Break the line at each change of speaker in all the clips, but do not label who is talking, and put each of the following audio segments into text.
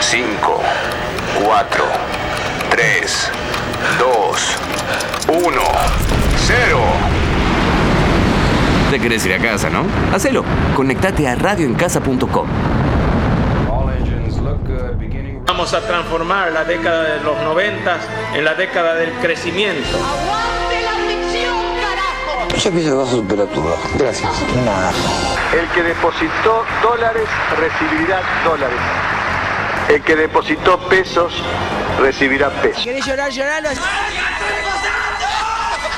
5, 4, 3, 2, 1, 0.
Te querés ir a casa, ¿no? Hacelo. Conectate a radioencasa.com.
Vamos a transformar la década de los noventas en la década del crecimiento.
¡Aguante la ficción, carajo!
Yo pienso que vas a superar todo. Gracias. Nada.
El que depositó dólares recibirá dólares. El que depositó pesos recibirá pesos.
¿Querés llorar, lloralo?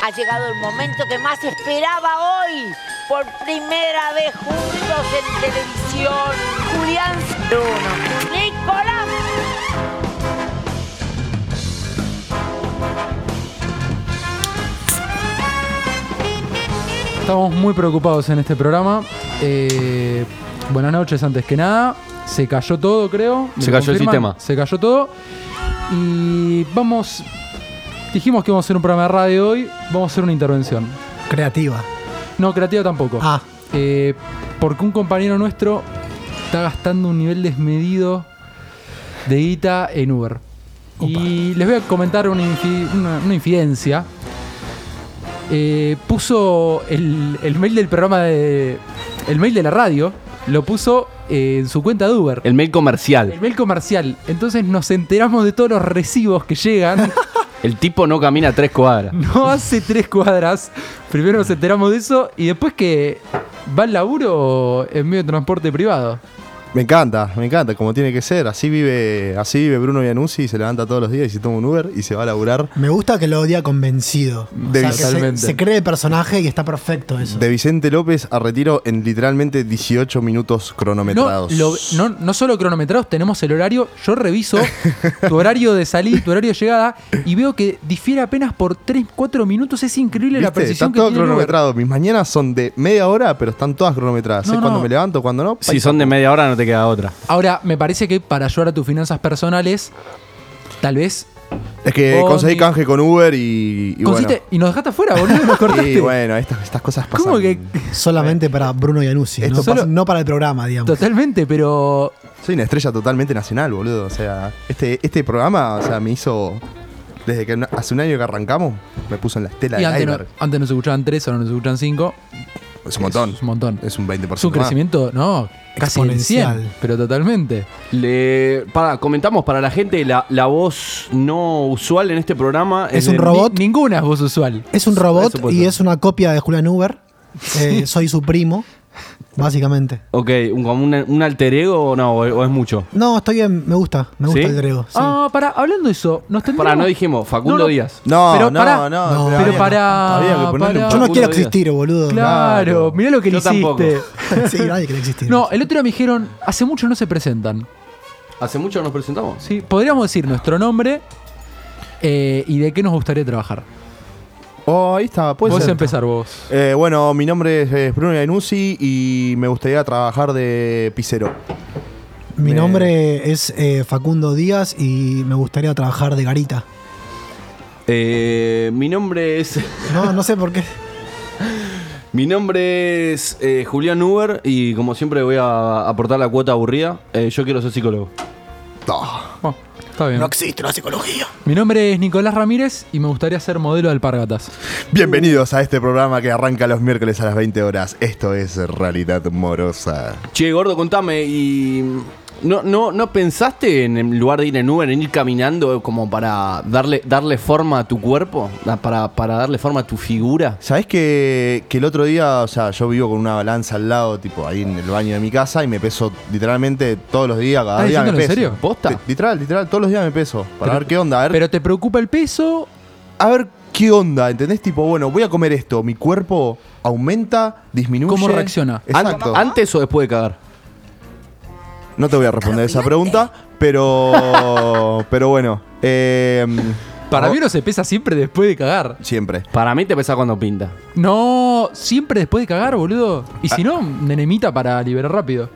Ha llegado el momento que más esperaba hoy. Por primera vez juntos en televisión. Julián Bruno. Nicolás.
Estamos muy preocupados en este programa. Eh, buenas noches, antes que nada. Se cayó todo, creo. ¿Me
Se
lo
cayó el sistema.
confirman? Se cayó todo. Y vamos. Dijimos que vamos a hacer un programa de radio hoy. Vamos a hacer una intervención.
Creativa.
No, creativa tampoco.
Ah.
Eh, porque un compañero nuestro está gastando un nivel desmedido de guita en Uber. Y les voy a comentar una, infi- una- una infidencia. Eh, puso el, el mail del programa de. El mail de la radio lo puso eh, en su cuenta de Uber.
El mail
El
comercial.
mail comercial. Entonces nos enteramos de todos los recibos que llegan.
El tipo no camina tres cuadras.
No hace tres cuadras. Primero nos enteramos de eso y después que va al laburo en medio de transporte privado.
Me encanta, me encanta, como tiene que ser. Así vive, así vive Bruno Vianuzzi, se levanta todos los días y se toma un Uber y se va a laburar.
Me gusta que lo odia convencido. O
De-
sea, que se,
Totalmente.
se cree el personaje y está perfecto eso.
De Vicente López a retiro en literalmente 18 minutos
No,
cronometrados.
lo- no, no solo cronometrados, tenemos el horario. Yo reviso tu horario de salida, y tu horario de llegada y veo que difiere apenas por 3, 4 minutos. Es increíble la
¿Viste?
precisión
Está
que
todo
tiene el Uber.
cronometrado. Mis mañanas son de media hora, pero están todas cronometradas.
No,
es cuando
no.
me levanto, cuando no.
Si son de media hora no te queda otra.
Ahora, me parece que para ayudar a tus finanzas personales, tal vez.
Es que
Bondi.
conseguí canje con Uber y, y
consiste- y nos dejaste afuera, boludo, nos
bueno.
cortaste.
Y bueno, estas, estas cosas pasan.
¿Cómo que?
Solamente para Bruno Iannuzzi.
Esto
no,
solo-
pa- no para el programa, digamos.
Totalmente, pero
Soy una estrella totalmente nacional, boludo. O sea, este, este programa, o sea, me hizo. Desde que na- hace un año que arrancamos, me puso en la estela
Y
del
antes, no-
iceberg.
antes nos escuchaban tres, ahora nos escuchan cinco.
Es un montón.
Es un montón.
Es un 20%.
Es un
más.
crecimiento, no, casi en 100,
Exponencial.
pero totalmente.
Le, para, comentamos para la gente la, la voz no usual en este programa.
Es un
de-
robot.
Ni- ninguna es voz usual.
Es un
Por
robot
supuesto.
y es una copia de Julián Uber. Eh, soy su primo, básicamente.
Ok, un, como un, un alter ego o no, o, o es mucho.
No, estoy bien, me gusta, me gusta
¿Sí?
el Grego. sí.
Ah, pará, hablando de eso, nos tendríamos...
Para, no dijimos, Facundo
No, no.
Díaz.
No,
Pero
no,
pará.
no,
No,
había
pero
que-
pará,
había que ponerle un
pará.
Yo no
Facundo
quiero
Díaz.
existir, boludo.
Claro, mirá lo que
Yo
le hiciste.
sí, nadie quiere existir.
No, el otro día me dijeron, hace mucho no se presentan.
Hace mucho nos presentamos.
¿sí? Podríamos decir nuestro nombre eh, y de qué nos gustaría trabajar.
Oh, ahí está, puede
Puedes
ser.
empezar vos.
Eh, bueno, mi nombre es, eh, Bruno Iannuzzi y me gustaría trabajar de pisero.
Mi
Eh.
nombre es eh, Facundo Díaz y me gustaría trabajar de garita.
Eh, mi nombre es.
No, no sé por qué.
Mi nombre es eh, Julián Uber y como siempre voy a aportar la cuota aburrida. Eh, yo quiero ser psicólogo.
Bueno, Oh, está bien.
existe la psicología.
Mi nombre es Nicolás Ramírez y me gustaría ser modelo de alpargatas.
Bienvenidos a este programa que arranca los miércoles a las 20 horas. Esto es Realidad Morosa.
Che, gordo, contame y. ¿No, no, ¿No pensaste en, en lugar de ir en Uber, en ir caminando eh, como para darle, darle forma a tu cuerpo? Da- Para, para darle forma a tu figura.
¿Sabés que, que el otro día, o sea, yo vivo con una balanza al lado, tipo ahí en el baño de mi casa y me peso literalmente todos los días, cada
¿Estás
día me
diciéndolo en
peso.
serio?
¿Posta?
Li- Literal, literal, todos los días me peso. Para
Pero-
ver qué onda, a ver
¿Pero te preocupa el peso
a ver qué onda, ¿entendés? Tipo, bueno, voy a comer esto, mi cuerpo aumenta, disminuye.
¿Cómo reacciona?
An-
Exacto.
¿Antes o después de cagar?
no te voy a responder esa pregunta, pero. pero bueno. eh,
Para
o-
mí uno se pesa siempre después de cagar.
Siempre.
Para mí te pesa cuando pinta.
No, siempre después de cagar, boludo. Y
Ah.
si no, nenemita para liberar rápido.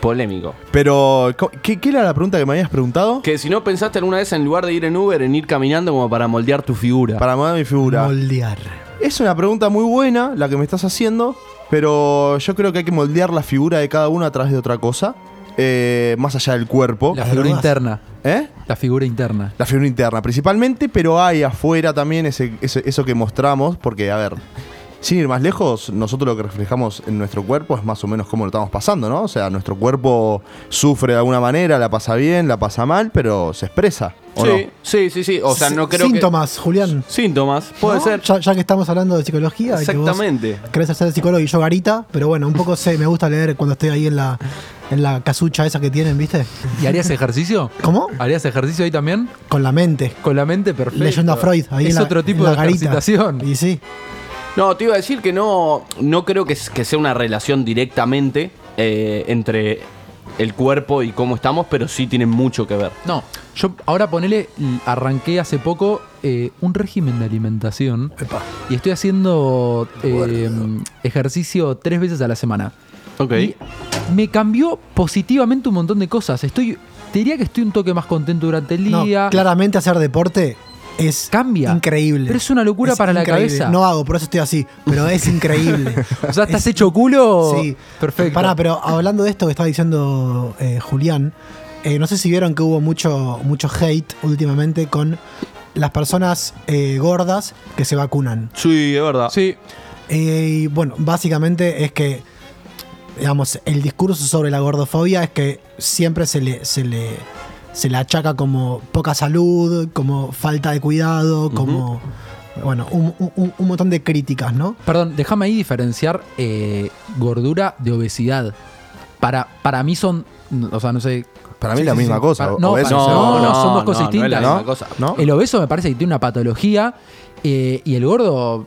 Polémico.
Pero, co- ¿qué, qué era la pregunta que me habías preguntado?
Que si no pensaste alguna vez en lugar de ir en Uber, en ir caminando como para moldear tu figura.
Para mover mi figura.
Moldear.
es una pregunta muy buena la que me estás haciendo, pero yo creo que hay que moldear la figura de cada uno a través de otra cosa. eh, más allá del cuerpo.
La figura interna.
¿Eh?
La figura interna.
La figura interna principalmente, pero hay afuera también ese, ese- eso que mostramos, porque, a ver, sin ir más lejos, nosotros lo que reflejamos en nuestro cuerpo es más o menos cómo lo estamos pasando, ¿no? O sea, nuestro cuerpo sufre de alguna manera, la pasa bien, la pasa mal, pero se expresa, ¿o
sí,
no?
sí, sí, sí. O sea, no creo
Síntomas, Julián.
que. Síntomas. Puede
¿No?
ser.
Ya, ya que estamos hablando de psicología. de que vos
Exactamente.
querés ser psicólogo y yo garita, pero bueno, un poco sé, me gusta leer cuando estoy ahí en la, en la casucha esa que tienen, ¿viste?
¿Y harías ejercicio?
¿Cómo?
¿Harías ejercicio ahí también?
Con la mente.
Con la mente perfecta.
Leyendo a Freud. Ahí
es
en la-
otro tipo
en la
de
garita.
ejercitación.
Y sí.
No, te iba a decir que no, no creo que, s- que sea una relación directamente eh, entre el cuerpo y cómo estamos, pero sí tiene mucho que ver.
No, yo ahora ponele, l- arranqué hace poco eh, un régimen de alimentación y estoy haciendo eh, ejercicio tres veces a la semana.
Ok.
Y me cambió positivamente un montón de cosas. Estoy, te diría que estoy un toque más contento durante el
No,
día.
claramente hacer deporte es
Cambia.
increíble.
Pero es una locura para la
increíble.
cabeza.
No hago, por eso estoy así. Pero es increíble.
o sea, estás hecho culo.
Sí.
Perfecto.
Pará, pero hablando de esto que estaba diciendo eh, Julián, eh, no sé si vieron que hubo mucho, mucho hate últimamente con las personas eh, gordas que se vacunan.
Sí, es verdad.
Sí.
Eh, y bueno, básicamente es que, digamos, el discurso sobre la gordofobia es que siempre se le, se le, se le achaca como poca salud, como falta de cuidado, como, bueno, un, un- un montón de críticas, ¿no?
Perdón, déjame ahí diferenciar eh, gordura de obesidad. Para, para mí son. O sea, no sé.
Para mí
Sí,
la
sí,
misma
sí.
cosa.
Para- no,
obeso,
para-
o sea,
no, no, son dos
no,
cosas
no es la
distintas.
misma
¿No?
cosa.
¿No?
El obeso me parece que tiene una patología eh, y el gordo,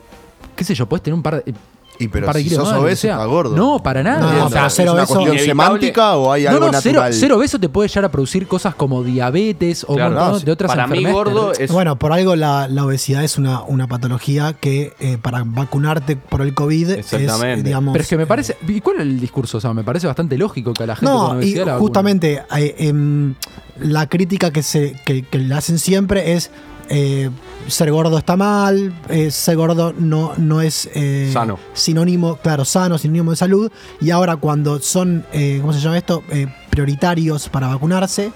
qué sé yo, puedes tener un par de. eh,
Y pero
un par de
si
kilos
sos
más, lo que
obeso,
sea.
estás gordo.
No, para nada.
No,
O sea,
Entiendo,
pero
¿Es
ser
una
obeso-
cuestión
Inevitable.
semántica o hay
no,
algo
no, cero,
natural?
cero obeso te puede llegar a producir cosas como diabetes o un
Claro,
montón
no,
de otras
para mí
enfermedades.
gordo es
Bueno, por algo la, la obesidad es una, una patología que eh, para vacunarte por el COVID es,
Exactamente.
digamos...
Pero es que me parece. ¿Y cuál es el discurso? O sea, me parece bastante lógico que a la gente con
No, y
obesidad la vacunen.
justamente eh, em, la crítica que, se, que, que le hacen siempre es eh, ser gordo está mal, eh, ser gordo no, no es eh,
Sano.
sinónimo, claro, sano, sinónimo de salud. Y ahora cuando son, eh, ¿cómo se llama esto? Eh, prioritarios para vacunarse.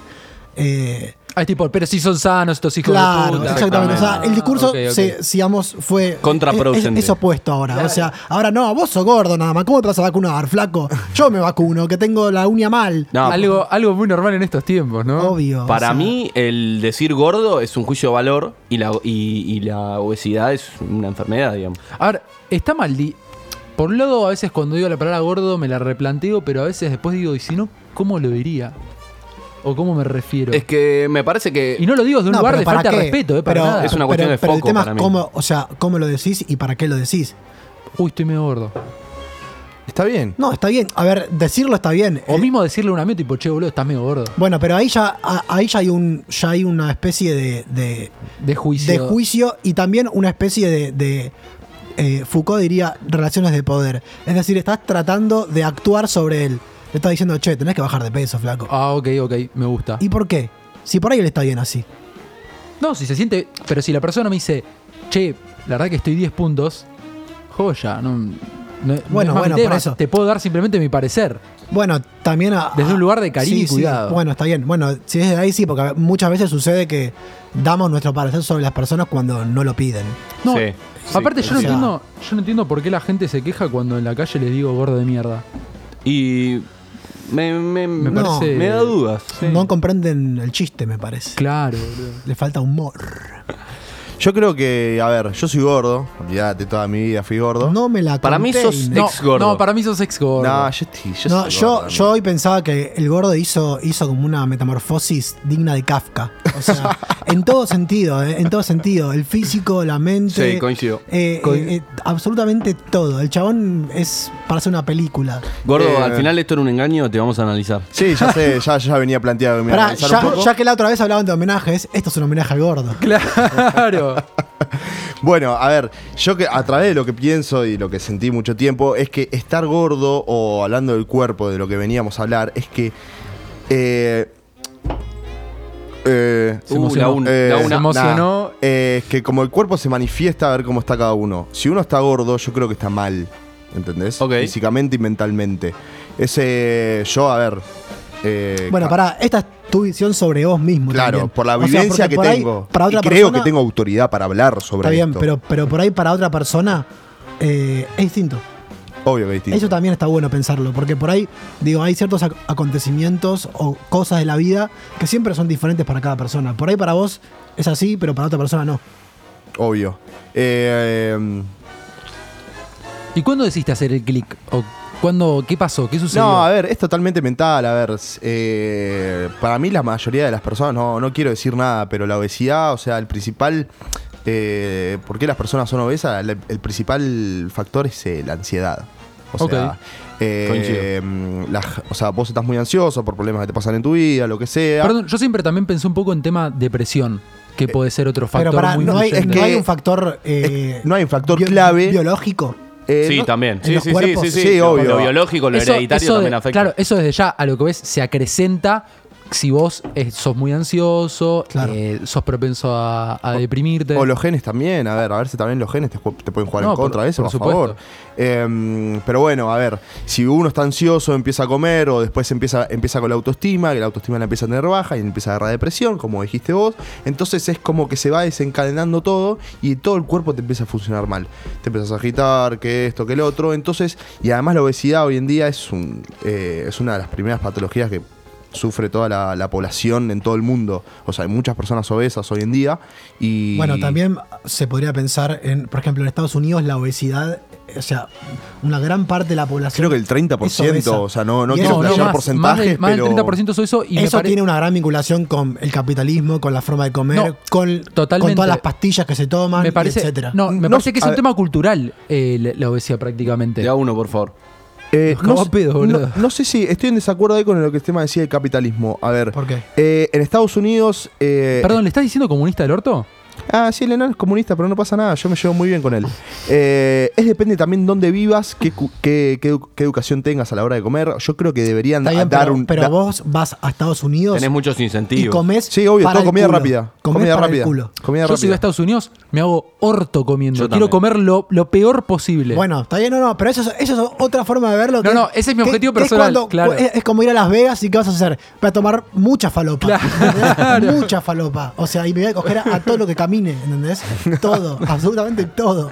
eh,
Ah, es tipo, pero si son sanos estos hijos de
Claro,
puta.
exactamente. O sea, el discurso,
Ah, ok, ok.
se- digamos, fue. eh,
Contraproducente.
Es, es opuesto ahora. O sea, ahora no, vos sos gordo nada más. ¿Cómo te vas a vacunar, flaco? Yo me vacuno, que tengo la uña mal.
No,
Algo, algo muy normal en estos tiempos, ¿no?
Obvio.
para
o sea,
mí el decir gordo es un juicio de valor y la, y, y la obesidad es una enfermedad, digamos.
A ver, está mal. di- Por un lado, a veces cuando digo la palabra gordo me la replanteo, pero a veces después digo, ¿y si no, cómo lo diría? ¿O cómo me refiero?
Es que me parece que...
y no lo digo de un
No,
lugar
pero
de
¿para
falta de
qué?
respeto, ¿eh? Para
Pero-
nada.
Es una cuestión
pero-
de
pero el
foco
tema
para
es
mí.
cómo, o sea, cómo lo decís y para qué lo decís.
Uy, estoy medio gordo.
Está bien.
No, está bien. A ver, decirlo está bien.
O
Eh,
mismo decirle a un amigo, tipo, che, boludo, estás medio gordo.
bueno, pero ahí ya, a- ahí ya hay un, ya hay una especie de- de,
De juicio.
de juicio y también una especie de, de, eh, Foucault diría relaciones de poder. Es decir, estás tratando de actuar sobre él. Le estás diciendo, che, tenés que bajar de peso, flaco.
Ah, ok, ok, me gusta.
¿Y por qué? Si por ahí le está bien así.
No, si se siente. Pero si la persona me dice, che, la verdad que estoy 10 puntos, joya, no. no- no es
Bueno,
más mi
bueno,
tema,
por eso.
Te puedo dar simplemente mi parecer.
Bueno, también a-
Desde un lugar de
a-
cariño
sí,
y
sí.
cuidado.
Bueno, está bien. Bueno, si es de ahí sí, porque muchas veces sucede que damos nuestro parecer sobre las personas cuando no lo piden.
No,
Sí,
aparte
sí,
yo, no
sí.
entiendo, yo no entiendo por qué la gente se queja cuando en la calle les digo gordo de mierda.
Y me, me,
Me
No.
parece...
me da dudas.
No comprenden el chiste, me parece.
Claro, boludo.
Le falta humor.
Yo creo que, a ver, yo soy gordo. Olvídate, toda mi vida fui gordo.
No me la
Para mí
contéis.
sos-
No,
Ex gordo.
no, para mí sos ex gordo.
No, yo, estoy- yo
No,
soy
yo,
gordo,
yo hoy pensaba que el gordo hizo, hizo como una metamorfosis digna de Kafka. O sea, en todo sentido, ¿eh? en todo sentido. El físico, la mente.
Sí, coincido.
eh,
Co-
eh, eh, absolutamente todo. El chabón es para hacer una película.
Gordo,
Eh,
al final esto era un engaño, te vamos a analizar.
Sí, ya sé, ya, ya venía planteado. me iba a
Pará,
analizar
ya,
un poco.
ya que la otra vez hablaban de homenajes, esto es un homenaje al gordo.
Claro.
Bueno, a ver, yo que a través de lo que pienso y lo que sentí mucho tiempo es que estar gordo o hablando del cuerpo, de lo que veníamos a hablar, es que. eh, eh,
Se emocionó.
la un-
eh,
la
se
una-
emocionó.
nah, eh, es que como el cuerpo se manifiesta a ver cómo está cada uno. Si uno está gordo, yo creo que está mal. ¿Entendés?
Ok.
Físicamente y mentalmente. Ese. Yo, a ver. eh,
Bueno,
ca-
pará, esta es tu visión sobre vos mismo.
Claro,
también.
por la
O sea,
vivencia
porque
que
por ahí,
tengo.
para
Y
otra
creo
persona-
que tengo autoridad para hablar sobre
Está bien,
esto.
pero, pero por ahí para otra persona eh, es distinto.
Obvio que es distinto.
Eso también está bueno pensarlo, porque por ahí, digo, hay ciertos ac- acontecimientos o cosas de la vida que siempre son diferentes para cada persona. Por ahí para vos es así, pero para otra persona no.
Obvio. Eh, eh,
¿Y cuándo decidiste hacer el clic? ¿O cuándo, qué pasó? ¿Qué sucedió?
no, a ver, es totalmente mental. A ver, eh, para mí la mayoría de las personas, no, no quiero decir nada, pero la obesidad, o sea, el principal... eh, ¿Por qué las personas son obesas? El, el principal factor es eh, la ansiedad. O sea,
Ok.
eh, la- o sea, vos estás muy ansioso por problemas que te pasan en tu vida, lo que sea.
Perdón, yo siempre también pensé un poco en tema depresión, que puede ser otro factor
pero pará,
muy
no hay,
influyente.
no hay un factor. eh,
No hay un factor
bio-
clave.
Biológico.
Eh,
sí,
no-
también.
en
Sí,
los
sí, sí,
cuerpos.
sí, sí.
Sí,
Lo-
obvio.
Lo biológico, lo
Eso-
hereditario
eso
también
de-
afecta.
Claro, eso desde ya a lo que ves se acrecenta si vos eh, sos muy ansioso,
Claro.
eh, sos propenso a, a deprimirte.
O los genes también, a ver, a ver si también los genes te, ju- te pueden jugar
No,
en contra
por-
de eso, por,
por supuesto.
favor. Em, pero bueno, a ver, si uno está ansioso, empieza a comer o después empieza, empieza con la autoestima, que la autoestima la empieza a tener baja y empieza a agarrar depresión, como dijiste vos, entonces es como que se va desencadenando todo y todo el cuerpo te empieza a funcionar mal. Te empiezas a agitar, que esto, que el otro, entonces, y además la obesidad hoy en día es, un, eh, es una de las primeras patologías que sufre toda la, la población en todo el mundo. O sea, hay muchas personas obesas hoy en día y...
Bueno, también se podría pensar en, por ejemplo, en Estados Unidos la obesidad, o sea, una gran parte de la
Creo
población.
que el 30%,
es obesa.
o sea, no, no
Y
quiero
eso-
flashear
no, más-
más del,
porcentajes,
más del
pero...
30% soy eso y me
eso
pare-
tiene una gran vinculación con el capitalismo, con la forma de comer,
No,
con,
totalmente.
con todas las pastillas que se toman,
me parece,
etcétera.
No, me
No,
parece que es
a
un
ver.
tema cultural eh, la, la obesidad prácticamente.
Te hago uno, por favor.
Eh,
Los cagó
sé-
a pedo, boludo.
no sé si estoy en desacuerdo ahí con lo que el tema decía del capitalismo. A ver,
¿Por qué?
eh, en Estados Unidos... eh,
Perdón, ¿le estás diciendo comunista del orto?
Ah, sí, el enano es comunista, pero no pasa nada, yo me llevo muy bien con él. Eh, es depende también dónde vivas, qué, cu- qué, qué edu- qué educación tengas a la hora de comer. Yo creo que deberían
Está bien,
dar
pero,
un...
pero
da-
vos vas a Estados Unidos
Tenés muchos
y
incentivos.
comes
Sí, obvio,
para
todo
el
comida
culo.
rápida.
Comés
Comida
para el
rápida.
culo.
Comida
Yo si voy a
rápida.
Estados Unidos, me hago orto comiendo.
Yo
Quiero
también.
comer lo, lo peor posible.
Bueno, está bien, no, no, pero eso es, eso es otra forma de verlo.
No, no, ese es mi objetivo personal, claro.
Es, es como ir a Las Vegas y ¿qué vas a hacer? Voy a tomar mucha falopa.
Claro.
Mucha falopa. O sea, y me voy a coger a, a todo lo que camine, ¿entendés? Todo, absolutamente todo.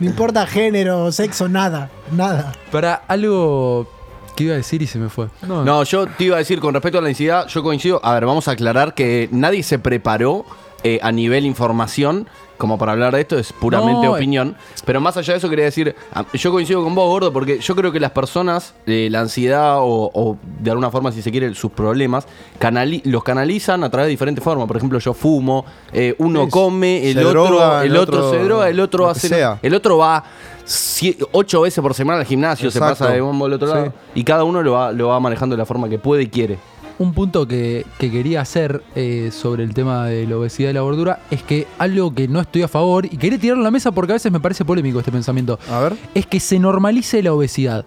No importa género, sexo, nada, nada.
Para algo que iba a decir y se me fue. No,
No, yo te iba a decir con respecto a la ansiedad, yo coincido. A ver, vamos a aclarar que nadie se preparó eh, a nivel información como para hablar de esto, es puramente
No, eh.
opinión. Pero más allá de eso, quería decir, a- yo coincido con vos, gordo, porque yo creo que las personas, eh, la ansiedad o, o de alguna forma, si se quiere, sus problemas, canali- los canalizan a través de diferentes formas. Por ejemplo, yo fumo, eh, uno
Sí,
come,
se
el otro,
droga,
el
el
otro,
otro-
se droga, el otro
lo que
hace.
sea.
El otro va sie- ocho veces por semana al gimnasio, se
Exacto.
pasa de bombo al otro
Sí.
lado. Y cada uno lo va, lo va manejando de la forma que puede y quiere.
Un punto que, que quería hacer eh, sobre el tema de la obesidad y la gordura es que algo que no estoy a favor y quería tirarlo a la mesa porque a veces me parece polémico este pensamiento.
A ver.
Es que se normalice la obesidad.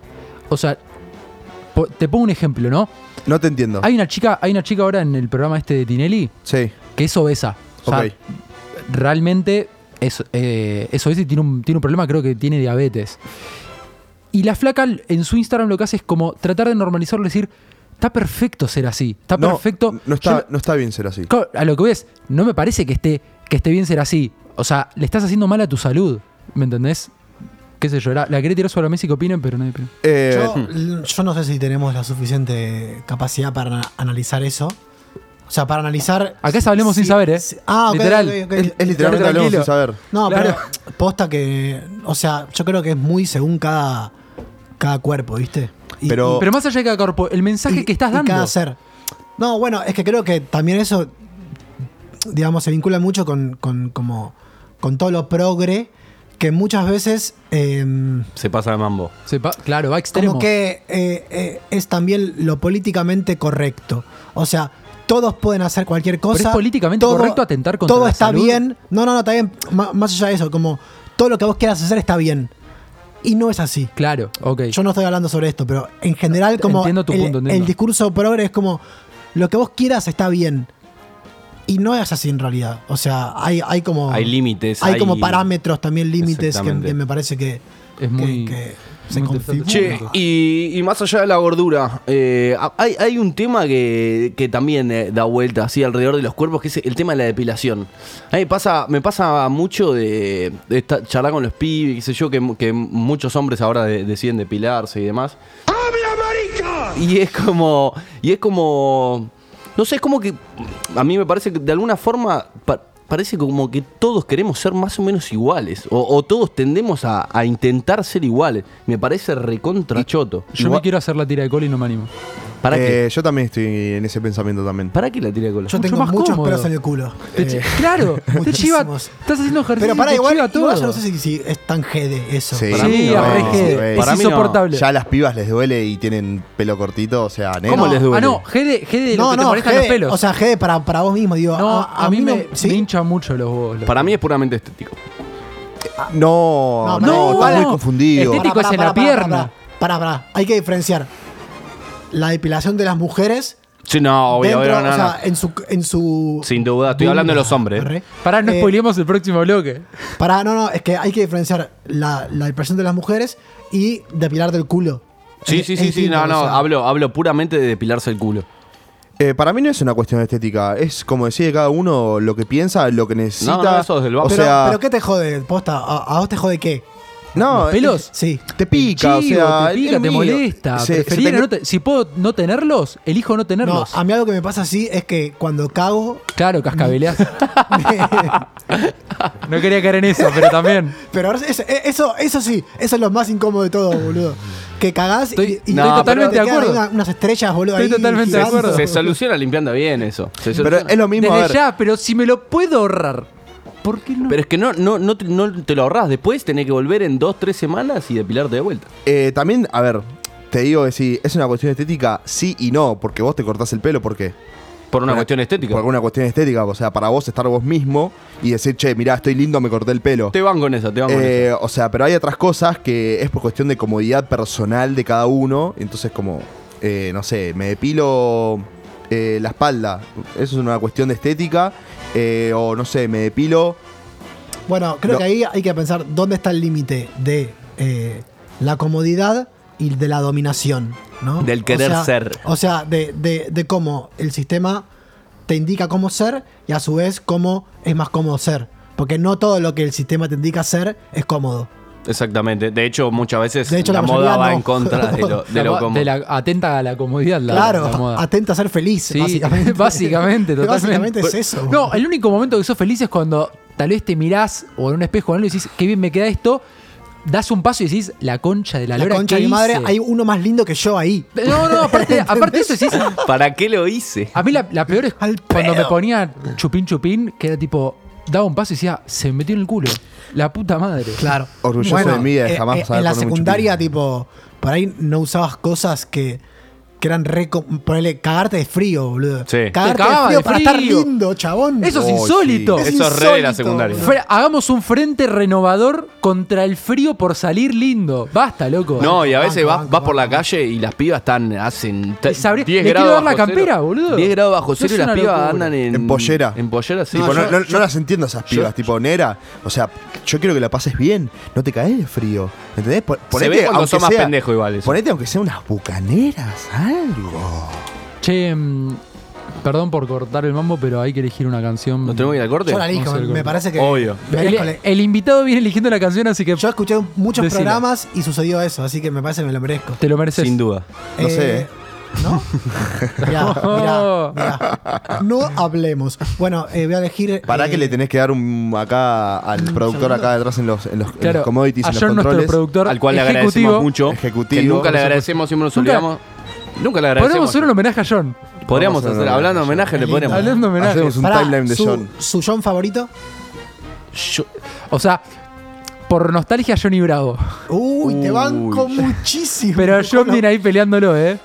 O sea, po- te pongo un ejemplo, ¿no?
No te entiendo.
Hay una chica, hay una chica ahora en el programa este de Tinelli
Sí,
que es obesa. O sea,
ok.
realmente es, eh, es obesa y tiene un, tiene un problema, creo que tiene diabetes. Y la flaca en su Instagram lo que hace es como tratar de normalizarlo, decir, está perfecto ser así, está
No,
perfecto.
No está,
Yo-
no está bien ser así.
claro, a lo que ves, no me parece que esté, que esté bien ser así. O sea, le estás haciendo mal a tu salud, ¿me entendés? ¿Qué sé yo? La, la quería tirar sobre la mesa y que opinen, pero nadie opina.
Eh,
Yo, yo no sé si tenemos la suficiente capacidad para analizar eso. O sea, para analizar.
Acá es hablemos sin saber, ¿eh?
Ah, ok,
Literal.
ok, ok.
es, es literalmente hablamos
tranquilo.
sin saber.
No,
Claro.
pero posta que. O sea, yo creo que es muy según cada, cada cuerpo, ¿viste? Y-
Pero-
Pero más allá de cada cuerpo, el mensaje
y-
que estás
y
dando.
cada ser. No, bueno, es que creo que también eso, digamos, se vincula mucho con, con, como, con todo lo progre, que muchas veces. em,
Se pasa de mambo.
Sepa- claro, va a extremo.
como que eh, eh, es también lo políticamente correcto. O sea, todos pueden hacer cualquier
es
cosa.
políticamente correcto atentar contra
Todo
la
está
salud.
bien. No, no, no, está bien. M- más allá de eso, como todo lo que vos quieras hacer está bien. Y no es así.
Claro, ok.
Yo no estoy hablando sobre esto, pero en general, como
Entiendo tu
el,
punto, entiendo.
el discurso progre es como lo que vos quieras está bien. Y no es así en realidad. O sea, hay, hay como.
Oh.
Hay límites,
Hay,
hay-
como parámetros también, límites que,
Exactamente.
que me parece que.
Es muy-
que- que- se configura.
Che, y, y más allá de la gordura, eh, hay, hay un tema que, que también eh, da vuelta así alrededor de los cuerpos, que es el tema de la depilación. A mí me pasa, me pasa mucho de, de esta- charlar con los pibes, qué sé yo, que, que muchos hombres ahora de- deciden depilarse y demás. Y es como. Y es como. No sé, es como que. A mí me parece que de alguna forma. pa- parece como que todos queremos ser más o menos iguales. O, o todos tendemos a, a intentar ser iguales. Me parece recontrachoto.
Yo me quiero hacer la tira de cola y no me animo.
¿Para
Eh, Yo también estoy en ese pensamiento también.
¿Para qué la tira de cola?
Yo tengo
más
muchos
cómodo.
pelos en el culo.
Te
Eh,
chi- claro, te chiva.
muchísimos.
Estás haciendo ejercicio.
Pero
para
para
te
igual,
chiva todo.
igual yo no sé si, si es tan jede eso.
Sí,
Para mí
Sí,
no,
a re
no,
Gede,
para
es
mí no.
insoportable.
Ya a las pibas les duele y tienen pelo cortito, o sea, nena.
¿Cómo les duele?
Ah, no, Gede, Gede, lo
No,
que te
no,
molestan los
jede,
pelos.
o sea, jede para, para vos mismo, digo.
no,
a, a mí,
me,
no, ¿sí?
me hincha mucho los huevos. los-
Para mí es puramente estético.
Ah, No, no,
No, no,
estás
no.
muy confundido.
Estético.
Pará,
es en
pará,
la
pará,
pierna.
pará, Pará, pará. Hay que diferenciar la depilación de las mujeres
Sí, no, obvio,
dentro,
obvio, no,
o sea,
no.
en su en su
Sin duda, estoy hablando de los hombres.
Arre.
Pará, no
Eh,
spoilemos el próximo bloque.
Pará, no, no, es que hay que diferenciar la, la depilación de las mujeres y depilar del culo.
Sí,
Es-
sí,
es
sí, sí,
distinto,
no, no,
o sea,
hablo, hablo puramente de depilarse el culo.
Eh, para mí no es una cuestión estética, es como decide cada uno lo que piensa, lo que necesita.
No, no, eso es del
o
vapo.
Pero,
sea,
pero ¿qué te jode, posta? ¿A, a vos te jode qué?
no, eh,
¿Los pelos?
Sí.
Te pica,
Chivo,
o sea,
te pica,
el
te
mío.
molesta.
Se- se
Preferiría
te-
no te- si puedo no tenerlos, elijo no
No,
tenerlos.
a mí algo que me pasa así es que cuando cago.
Claro, cascabeleas. no quería caer en eso, pero también.
pero ahora es- eh, eso, eso sí, eso es lo más incómodo de todo, boludo. Que cagás
Estoy-
y, y-
estoy
te
totalmente
quedan
de acuerdo.
ahí una- unas estrellas, boludo.
Estoy
ahí
totalmente de
girando.
acuerdo.
Se soluciona limpiando bien eso. Se
Pero
soluciona.
es lo mismo, a
Desde
ver,
ya, pero si me lo puedo ahorrar, ¿por qué no?
Pero es que no, no, no, te, no te lo ahorrás. Después tenés que volver en dos, tres semanas y depilarte de vuelta.
eh, también, a ver, te digo que sí, es una cuestión estética, sí y no, porque vos te cortás el pelo, ¿por qué?
Por una
Por-
cuestión estética.
Por alguna cuestión estética, o sea, para vos estar vos mismo y decir, che, mirá, estoy lindo, me corté el pelo.
Te van con esa, te van con
Eh,
esa.
o sea, pero hay otras cosas que es por cuestión de comodidad personal de cada uno. Entonces, como, eh, no sé, me depilo eh, la espalda. Eso es una cuestión de estética. eh, o no sé, me depilo.
Bueno, creo
No.
que ahí hay que pensar dónde está el límite de eh, la comodidad y de la dominación, ¿no?
Del
O
querer
sea-
ser.
O sea, de, de- de cómo el sistema te indica cómo ser y a su vez cómo es más cómodo ser. Porque no todo lo que el sistema te indica ser es cómodo.
Exactamente. De hecho, muchas veces
De hecho,
la,
la
moda
mayoría
va
no.
en contra de lo, de
La
lo
mo-
común.
de la- atenta a la comodidad, la,
claro,
la moda.
atenta a ser feliz,
Sí,
básicamente.
básicamente, totalmente.
Básicamente es eso.
No, el único momento que sos feliz es cuando tal vez te mirás o en un espejo o algo y decís, qué bien me queda esto, das un paso y decís, la concha de la
la
lora,
concha
¿qué
de mi madre,
hice?".
hay uno más lindo que yo ahí.
No, no, aparte, aparte de eso decís,
¿Para qué lo hice?
a mí la, la peor es
Al
cuando me
pedo.
ponía chupín chupín, que era tipo, daba un paso y decía, se me metió en el culo. La puta madre.
Claro. eh,
Orgulloso de mí de jamás saber
En
ponerme
la
un
secundaria,
chupín.
tipo, por ahí no usabas cosas que, que eran re. co- Ponele, cagarte de frío, boludo.
Sí.
Cagarte
Te
de
cagabas
frío
de
para
frío.
estar lindo, chabón.
Eso es
Oh,
insólito.
sí.
Eso es re de la
insólito,
secundaria.
boludo.
Fre- hagamos un frente renovador contra el frío por salir lindo. Basta, loco.
No, y a
Banco,
veces vas,
banco,
vas por la
banco.
calle y las pibas están, hacen t-
Le sabré-
10
le quiero
grados
dar la
bajo cero.
campera, boludo.
10 grados bajo
No
cero y
es
las
una
pibas
locura.
andan en...
En pollera.
En pollera, sí.
tipo, no,
yo-
no- no las entiendo esas pibas, tipo, nera. O sea, yo quiero que la pases bien, no te caes de frío. ¿Entendés? Po-
ve cuando sos más pendejo igual eso.
Ponete aunque sea unas bucaneras, algo.
Che, mm, perdón por cortar el mambo, pero hay que elegir una canción.
¿No tenemos que ir al corte?
Yo la elijo,
Vamos a ver
me
con-
parece que.
Obvio.
merezco
el,
le-
el invitado viene eligiendo la canción, así que
Yo escuché muchos
Decila.
programas y sucedió eso, así que me parece que me lo merezco.
te lo mereces.
Sin duda.
No sé, ¿eh?
¿No? mirá, mirá, mirá. No hablemos. Bueno, eh, voy a elegir.
Pará
eh,
que le tenés que dar un acá al productor acá detrás en los, en los, en los
Claro,
commodities, en los
ayer nuestro
controles.
productor
Al cual le agradecemos
ejecutivo-
mucho.
Ejecutivo,
que nunca
por
le
supuesto.
agradecemos, siempre nos
Nunca-
olvidamos. Nunca le
Podríamos
agradecemos.
hacer un homenaje a John.
Podríamos
Vamos a hacer
hacer,
un
hablando de homenaje, le
Lindo.
podríamos.
Hablando de homenaje.
Hacemos un
pará,
timeline de
su-
John.
¿Su John favorito?
Yo-
O sea, por nostalgia Johnny Bravo.
Uy, te banco
Uy.
muchísimo.
Pero John
Colo.
viene ahí peleándolo, ¿eh?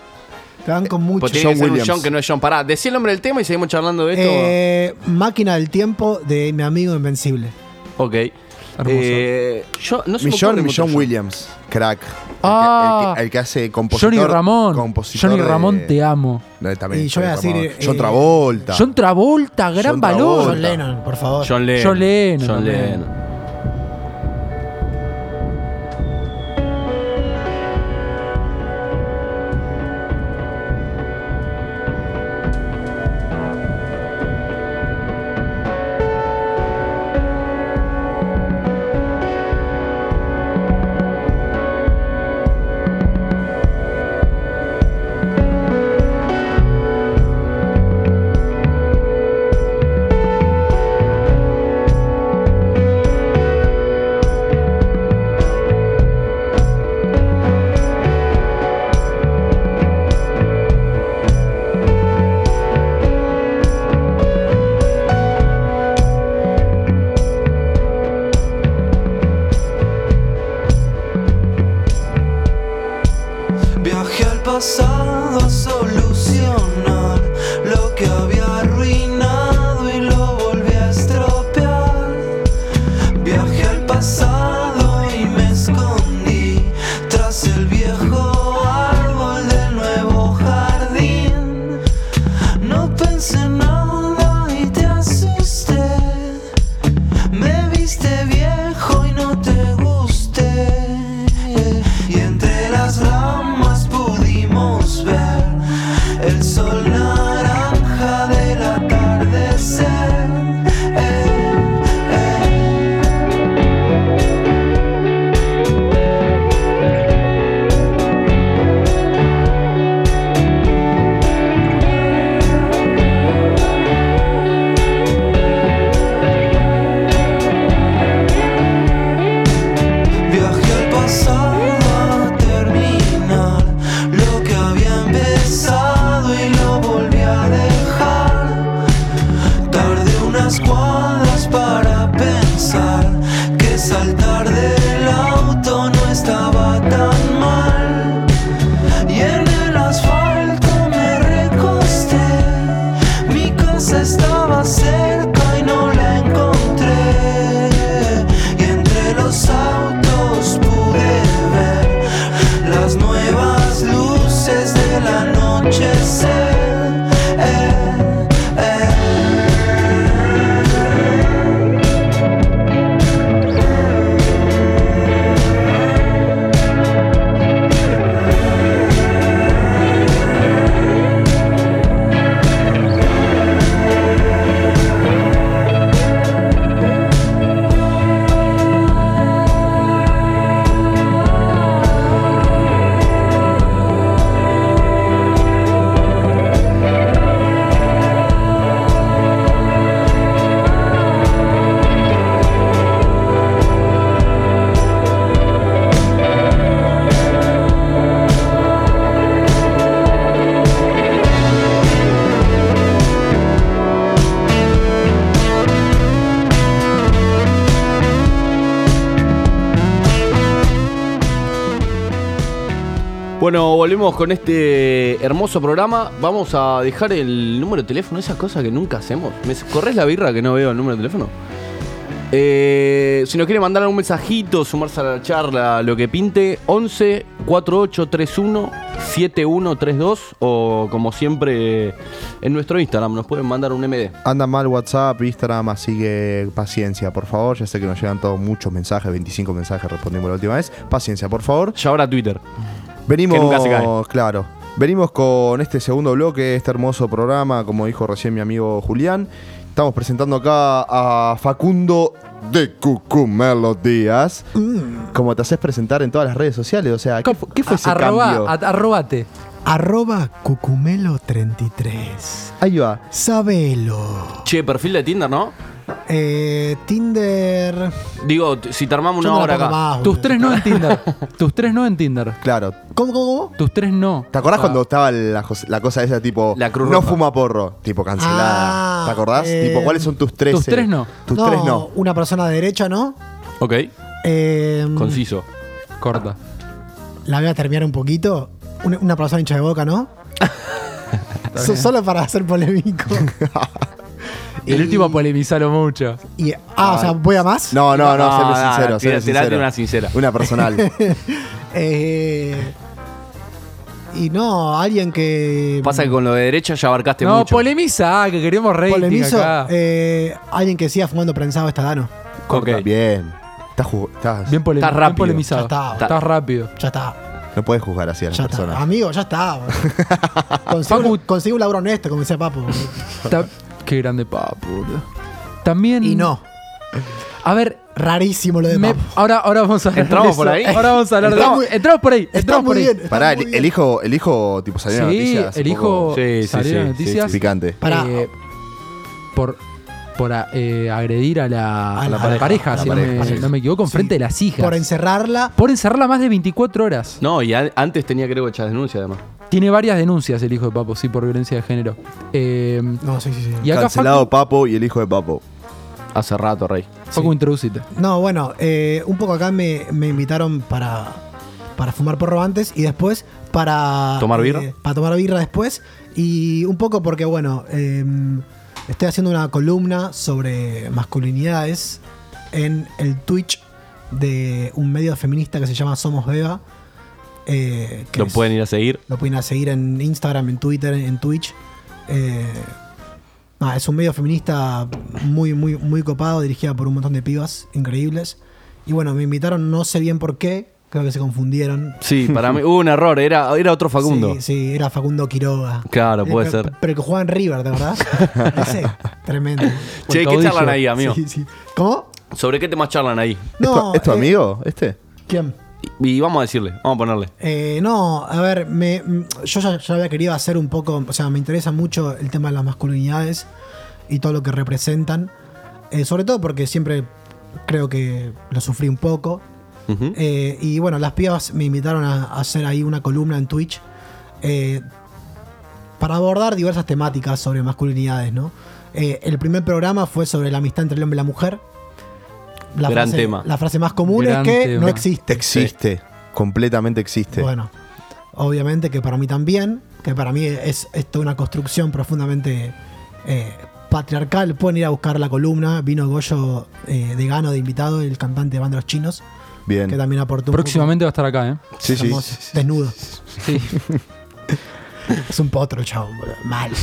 Te banco mucho.
Pues tiene que
John
ser un
Williams.
John que no es John. Pará, decí el nombre del tema y seguimos charlando de esto.
Eh, máquina del tiempo de mi amigo Invencible.
ok.
hermoso.
Eh, yo, no se me
Millón,
ocurre mucho
Millón
John.
Williams, crack. El que-
Ah.
el, que, el que hace compositor.
Johnny Ramón.
compositor
Johnny
de-
Ramón, te amo.
No, también
Y yo
Johnny
voy a decir,
Ramón. John
eh,
Travolta.
John Travolta, gran
John
valor.
Travolta.
John Lennon, por favor.
John Lennon.
John Lennon
John
también.
Lennon.
solucionar lo que había arruinado y lo volví a estropear. Viajé al pasado y me escondí tras el viejo árbol del nuevo jardín. No pensé nada y te asusté. Me viste viejo y no te gusté. Y entre las ramas pudimos ver el sol naranja del atardecer. Eh, Viajé al pasado a terminar lo que había empezado y lo volví a dejar. Tardé unas cuadras para pensar que saltar del auto no estaba tan mal. Y en el asfalto me recosté. Mi casa estaba cerca y no la encontré. Y entre los autos pude ver las nuevas luces del anochecer. Eh,
Bueno, volvemos con este hermoso programa. Vamos a dejar el número de teléfono, esa cosa que nunca hacemos. ¿Me corres la birra que no veo el número de teléfono? Eh, si nos quiere mandar algún mensajito, sumarse a la charla, lo que pinte, 11 4831 7132 o como siempre eh, en nuestro Instagram nos pueden mandar un MD.
Anda mal WhatsApp, Instagram, así que paciencia, por favor. Ya sé que nos llegan todos muchos mensajes, 25 mensajes respondimos la última vez. Paciencia, por favor.
Ya ahora Twitter.
Venimos,
Que nunca se cae.
claro. Venimos con este segundo bloque, este hermoso programa, como dijo recién mi amigo Julián. Estamos presentando acá a Facundo de Cucumelos Díaz.
Mm.
Como te haces presentar en todas las redes sociales, o sea, ¿qué, fu- qué fue ese cambio?
Arroba, arrobate. Arroba cucumelo33.
Ahí va.
Sabelo.
Che, perfil de Tinder, ¿no?
Eh, Tinder.
Digo, t- si te armamos
Yo no
una
la
hora
pongo
acá.
más,
Tus tres no en Tinder. Tus tres no en Tinder.
Claro.
¿Cómo, cómo, cómo?
Tus tres no.
¿Te acordás
Ah.
cuando estaba la, jos- la cosa esa tipo no fuma porro? Tipo
Ah,
cancelada. ¿Te acordás?
eh,
tipo, ¿cuáles son tus tres? eh,
tus tres no.
Tus tres no.
Una persona de derecha, ¿no?
Ok.
Eh,
Mm.
Conciso.
Corta.
La voy a terminar un poquito. Una, una persona hincha de boca, ¿no? So-
bien.
solo para hacer polémico.
El último polemizalo mucho.
Y, ah, o sea, ¿voy a más?
No, no, no,
No,
séme
no,
sincero.
no,
séme
tira- tirate una sincera.
Una personal.
Eh, y no, alguien que.
Pasa que con lo de derecha ya abarcaste
No,
mucho.
polemiza, ah, que queremos rating
Polemizo.
acá.
eh, alguien que siga fumando prensado está dano.
Ok.
Bien. Estás, ju- estás-
Bien, polemi-
Estás
bien
rápido.
polemizado.
Ya está.
Estás rápido.
Ya está.
No puedes juzgar así a las
Ya está.
Ah,
personas.
Amigo, ya está. boludo. Consigue, un- consigue un laburo honesto, como decía Papo. boludo.
Ta- Qué grande papo, boludo. También.
Y no.
A ver,
Rarísimo lo
Eh,
de
me-
Papo.
ahora, ahora vamos a hablar.
¿Entramos
de eso.
por ahí?
Ahora vamos a hablar
Está
de
muy-
Entramos por ahí.
Está
Entramos por
muy
ahí.
bien. está
Pará,
muy
el,
bien.
el hijo, el hijo, tipo, salió en
Sí,
noticias. hace
el
poco.
hijo
Sí, sí,
salieron
sí,
noticias eh,
Picante.
Pará.
por por a- eh, agredir a la,
A
a la
la
pareja,
pareja,
si
a la
no,
pareja,
me,
sí.
no me equivoco, enfrente
Sí.
de las hijas.
Por encerrarla.
Por encerrarla más de 24 horas.
No, y a- antes tenía creo que echar denuncia además.
Tiene varias denuncias el hijo de Papo, sí, por violencia de género. Eh,
No, sí, sí, sí.
y acá
Cancelado
Facu,
Papo y el hijo de Papo.
Hace rato, Rey.
Facu, introducite.
No, bueno, eh, un poco acá me, me invitaron para,
para fumar porro antes y después para... eh,
¿Tomar birra?
para tomar birra después. Y un poco porque, bueno, eh, estoy haciendo una columna sobre masculinidades en el Twitch de un medio feminista que se llama Somos Beba. eh, que
Lo
es-
pueden ir a seguir.
lo pueden ir a seguir en Instagram, en Twitter, en Twitch. Eh, nada, es un medio feminista muy, muy, muy copado, dirigida por un montón de pibas increíbles. Y bueno, me invitaron, no sé bien por qué, creo que se confundieron.
Sí, para mí hubo un error, era, era otro Facundo.
Sí, sí, era Facundo Quiroga.
Claro,
Eh,
puede
pero-
ser.
Pero que jugaba en River, ¿te acordás? Ese, tremendo.
Che, ¿qué charlan ahí, amigo?
Sí, sí. ¿Cómo?
¿Sobre qué temas charlan ahí?
No,
¿Es tu
eh,
amigo? ¿Este?
¿Quién?
Y, y vamos a decirle, vamos a ponerle.
Eh, no, a ver, me, mm, yo ya, ya había querido hacer un poco, o sea, me interesa mucho el tema de las masculinidades y todo lo que representan, Eh, sobre todo porque siempre creo que lo sufrí un poco. Eh, y bueno, las pibas me invitaron a, a hacer ahí una columna en Twitch eh, para abordar diversas temáticas sobre masculinidades, ¿no? Eh, el primer programa fue sobre la amistad entre el hombre y la mujer.
Gran
frase,
tema.
La frase más común
Gran
es que no
tema.
existe.
Existe. Completamente existe.
Bueno, obviamente que para mí también, que para mí es, es toda una construcción profundamente eh, patriarcal. Pueden ir a buscar la columna. Vino Goyo eh, de Gano de invitado, el cantante de Bandos Chinos.
Bien.
Que también aportó. un
Próximamente va a estar acá, ¿eh?
poco. Hermoso, Desnudo. es un potro, chavo. boludo, Mal.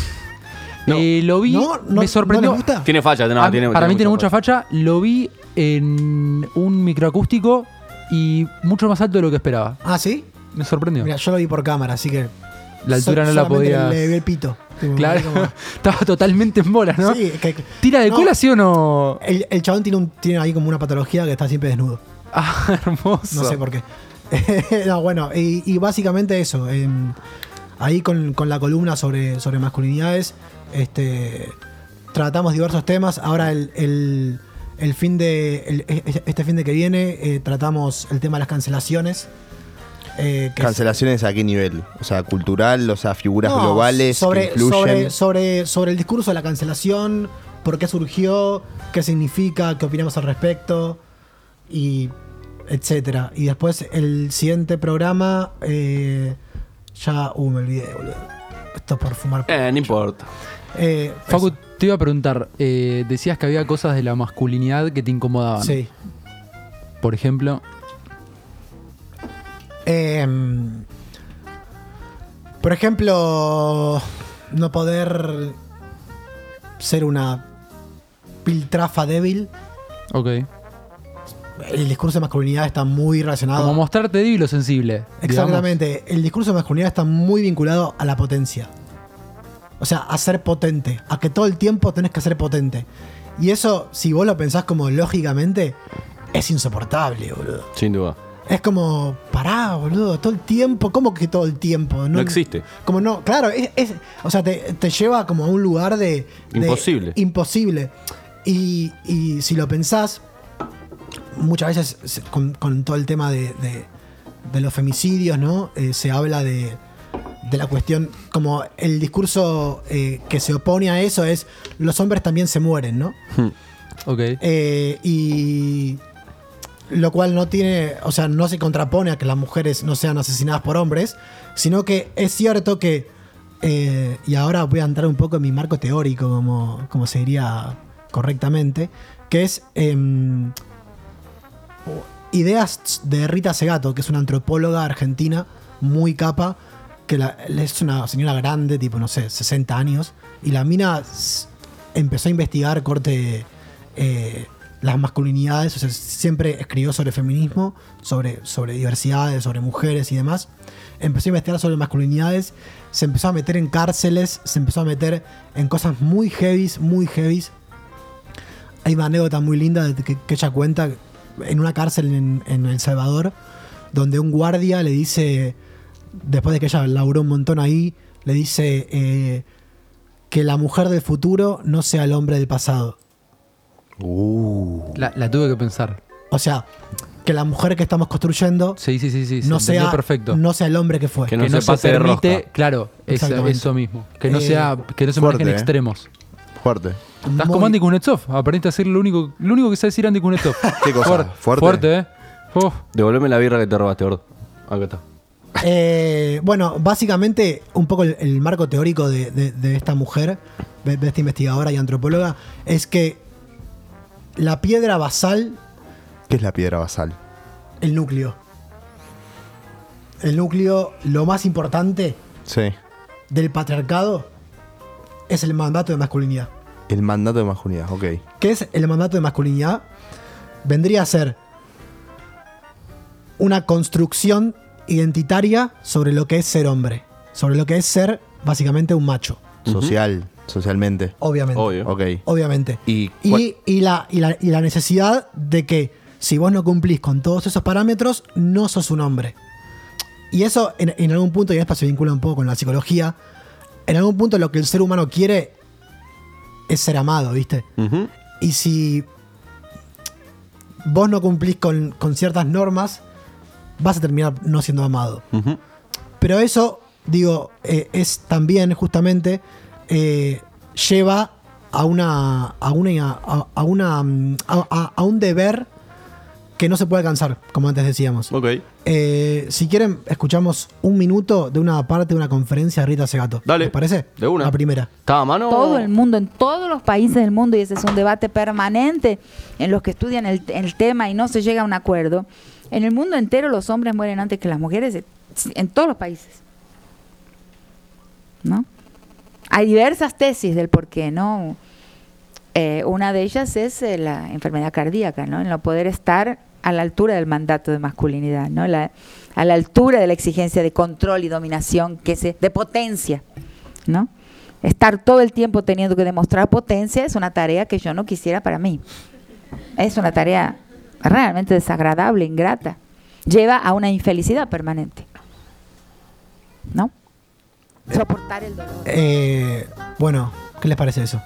Eh, lo vi,
No, no-
me sorprendió.
¿no les gusta?
Tiene falla, no,
A-
tiene,
Ah, para mí tiene
mucha
mucha facha. Lo vi en un microacústico y mucho más alto de lo que esperaba.
¿Ah, sí?
Me sorprendió.
Mira, yo lo vi por cámara, así que.
La altura
so-
no la
solamente
podía.
Le vi el pito. Tipo,
Claro,
como-
estaba totalmente en bolas, ¿no?
Sí, que-
¿Tira de
no.
cola, sí o no?
El, el chabón tiene, un, tiene ahí como una patología que está siempre desnudo.
Ah, hermoso.
No sé por qué. no, bueno, y, y básicamente eso. em, ahí con, con la columna sobre, sobre masculinidades, este, tratamos diversos temas. Ahora el, el- el fin de. el- e- este fin de que viene eh, tratamos el tema de las cancelaciones. eh, que es-
¿Cancelaciones a qué nivel? O sea, cultural, o sea, figuras
no,
globales
sobre,
que influyen.
sobre, sobre, sobre el discurso de la cancelación, por qué surgió, qué significa, qué opinamos al respecto, y etcétera. Y después el siguiente programa, eh, ya, uh, me olvidé, boludo. Esto es por fumar.
Eh, no importa.
Eh,
Facu, te iba a preguntar. eh, decías que había cosas de la masculinidad que te incomodaban.
Sí.
Por ejemplo.
Em, por ejemplo, no poder ser una piltrafa débil.
Ok.
El discurso de masculinidad está muy relacionado.
Como mostrarte débil o sensible.
Ah. Exactamente. El discurso de masculinidad está muy vinculado a la potencia. O sea, a ser potente. A que todo el tiempo tenés que ser potente. Y eso, si vos lo pensás como lógicamente, es insoportable, boludo.
Sin duda.
Es como, pará, boludo, todo el tiempo. ¿Cómo que todo el tiempo?
No existe.
Como no, claro, es, es- o sea, te, te lleva como a un lugar de. de-
Imposible.
imposible. Y, y si lo pensás, muchas veces se- con, con todo el tema de, de- de los femicidios, ¿no? Eh, se habla de, de la cuestión, como el discurso eh, que se opone a eso es: los hombres también se mueren, ¿no?
Ok.
Eh, y. Lo cual no tiene. O sea, no se contrapone a que las mujeres no sean asesinadas por hombres. Sino que es cierto que. eh, y ahora voy a entrar un poco en mi marco teórico, como, como se diría correctamente. Que es. em, ideas de Rita Segato, que es una antropóloga argentina muy capa, que la- es una señora grande, tipo, no sé, 60 años, y la mina s- empezó a investigar corte eh, las masculinidades, o sea, siempre escribió sobre feminismo, sobre, sobre diversidades, sobre mujeres y demás. Empezó a investigar sobre masculinidades, se empezó a meter en cárceles, se empezó a meter en cosas muy heavies, muy heavies hay una anécdota muy linda de que, que ella cuenta en una cárcel en, en El Salvador, donde un guardia le dice, después de que ella laburó un montón ahí, le dice eh, que la mujer del futuro no sea el hombre del pasado.
La, la tuve que pensar.
O sea, que la mujer que estamos construyendo
Sí, sí, sí, sí.
no,
se entendió
sea,
perfecto.
no sea el hombre que fue.
que no, se, permite, claro, es,
Exactamente.
eso mismo. Que no
Eh,
sea, que no se
fuerte,
manejen
eh.
extremos.
Fuerte.
Estás como Andy Kuznetsov, aprendiste a ser lo único, lo único que sabe decir Andy Kuznetsov.
¿Qué cosa?
Fuerte,
¿Fuerte?
fuerte, eh. Uf,
Devolveme la birra que te robaste, gordo. Acá está.
Eh, bueno, básicamente un poco el, el marco teórico de, de- de esta mujer, de, de esta investigadora y antropóloga, es que la piedra basal,
¿Qué es la piedra basal?
el núcleo. El núcleo, lo más importante
Sí.
del patriarcado es el mandato de masculinidad.
El mandato de masculinidad, ok.
¿Qué es el mandato de masculinidad? Vendría a ser una construcción identitaria sobre lo que es ser hombre, sobre lo que es ser básicamente un macho,
Social, socialmente.
Obviamente. Obvio.
Ok.
obviamente.
Y,
Y, y la, y la- y la necesidad de que si vos no cumplís con todos esos parámetros, no sos un hombre. Y eso en, en algún punto, y esto se vincula un poco con la psicología, en algún punto lo que el ser humano quiere es ser amado, ¿viste? Y si vos no cumplís con, con ciertas normas, vas a terminar no siendo amado. Pero eso, digo, eh, es también justamente eh, lleva a una. a una. a, a una, mm, a- a- a un deber que no se puede alcanzar, como antes decíamos.
Ok.
Eh, si quieren, escuchamos un minuto de una parte de una conferencia de Rita Segato.
Dale.
¿Les parece?
De una.
La primera.
¿Estaba a mano?
todo el mundo, en todos los países del mundo, y ese es un debate permanente en los que estudian el, el tema y no se llega a un acuerdo, en el mundo entero los hombres mueren antes que las mujeres, eh, en todos los países. ¿No? Hay diversas tesis del por qué, ¿no? Eh, una de ellas es eh, la enfermedad cardíaca, ¿no? El no poder estar a la altura del mandato de masculinidad, ¿no? La- a la altura de la exigencia de control y dominación, que se, de potencia, ¿no? Estar todo el tiempo teniendo que demostrar potencia es una tarea que yo no quisiera para mí. Es una tarea realmente desagradable, ingrata. Lleva a una infelicidad permanente. ¿No? Soportar el dolor.
Eh, bueno, ¿qué les parece eso?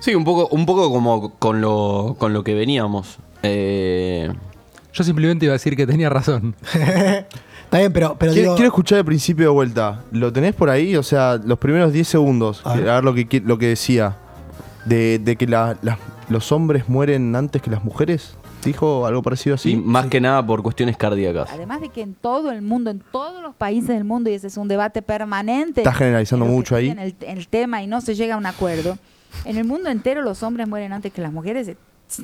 Sí, un poco, un poco como con lo, con lo que veníamos. Eh,
Yo simplemente iba a decir que tenía razón.
Está bien, pero, pero
quiero,
digo.
quiero escuchar de principio de vuelta. ¿Lo tenés por ahí? O sea, los primeros 10 segundos. A ver, lo, que, qui- lo que decía. De, de que la- las- los hombres mueren antes que las mujeres. ¿Dijo algo parecido así?
y más que nada por cuestiones cardíacas.
Además de que en todo el mundo, en todos los países del mundo, y ese es un debate permanente.
Estás generalizando mucho ahí.
En el, en el tema y no se llega a un acuerdo. En el mundo entero los hombres mueren antes que las mujeres, eh,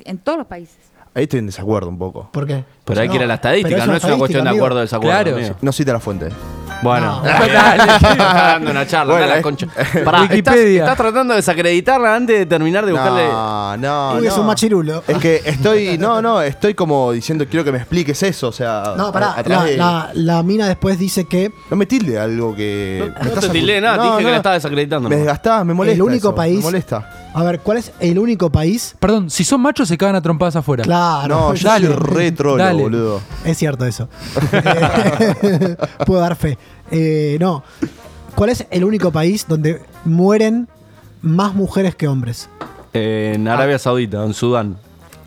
en todos los países.
Ahí estoy en desacuerdo un poco.
¿Por qué?
Pero hay que ir a la estadística, pero es no una es una cuestión de estadística, acuerdo o amigo. desacuerdo, amigo.
No cita la fuente.
Bueno,
No.
Estaba dando una charla,
Bueno,
anda la
eh.
concha. Pará, estás,
Wikipedia.
estás tratando de desacreditarla antes de terminar de buscarle.
No, no,
Uy, es
no.
un machirulo.
Es que estoy, no, no, estoy como diciendo, quiero que me expliques eso, o sea...
No, pará,
a- atrás
la,
de-
la- la mina después dice que.
No me tilde algo que... me
No
estás
te
acu-
tilé nada,
No,
dije que
no.
la estaba desacreditando.
Me desgastás, me molesta
El único
eso, me
país.
molesta.
A ver, ¿cuál es el único país?
Perdón, si son machos se cagan a trompadas afuera.
Claro.
No, yo soy re trolo,
Dale.
boludo.
Es cierto eso. Eh, Puedo dar fe. Eh, no. ¿Cuál es el único país donde mueren más mujeres que hombres?
Eh, en Arabia Saudita, en Sudán.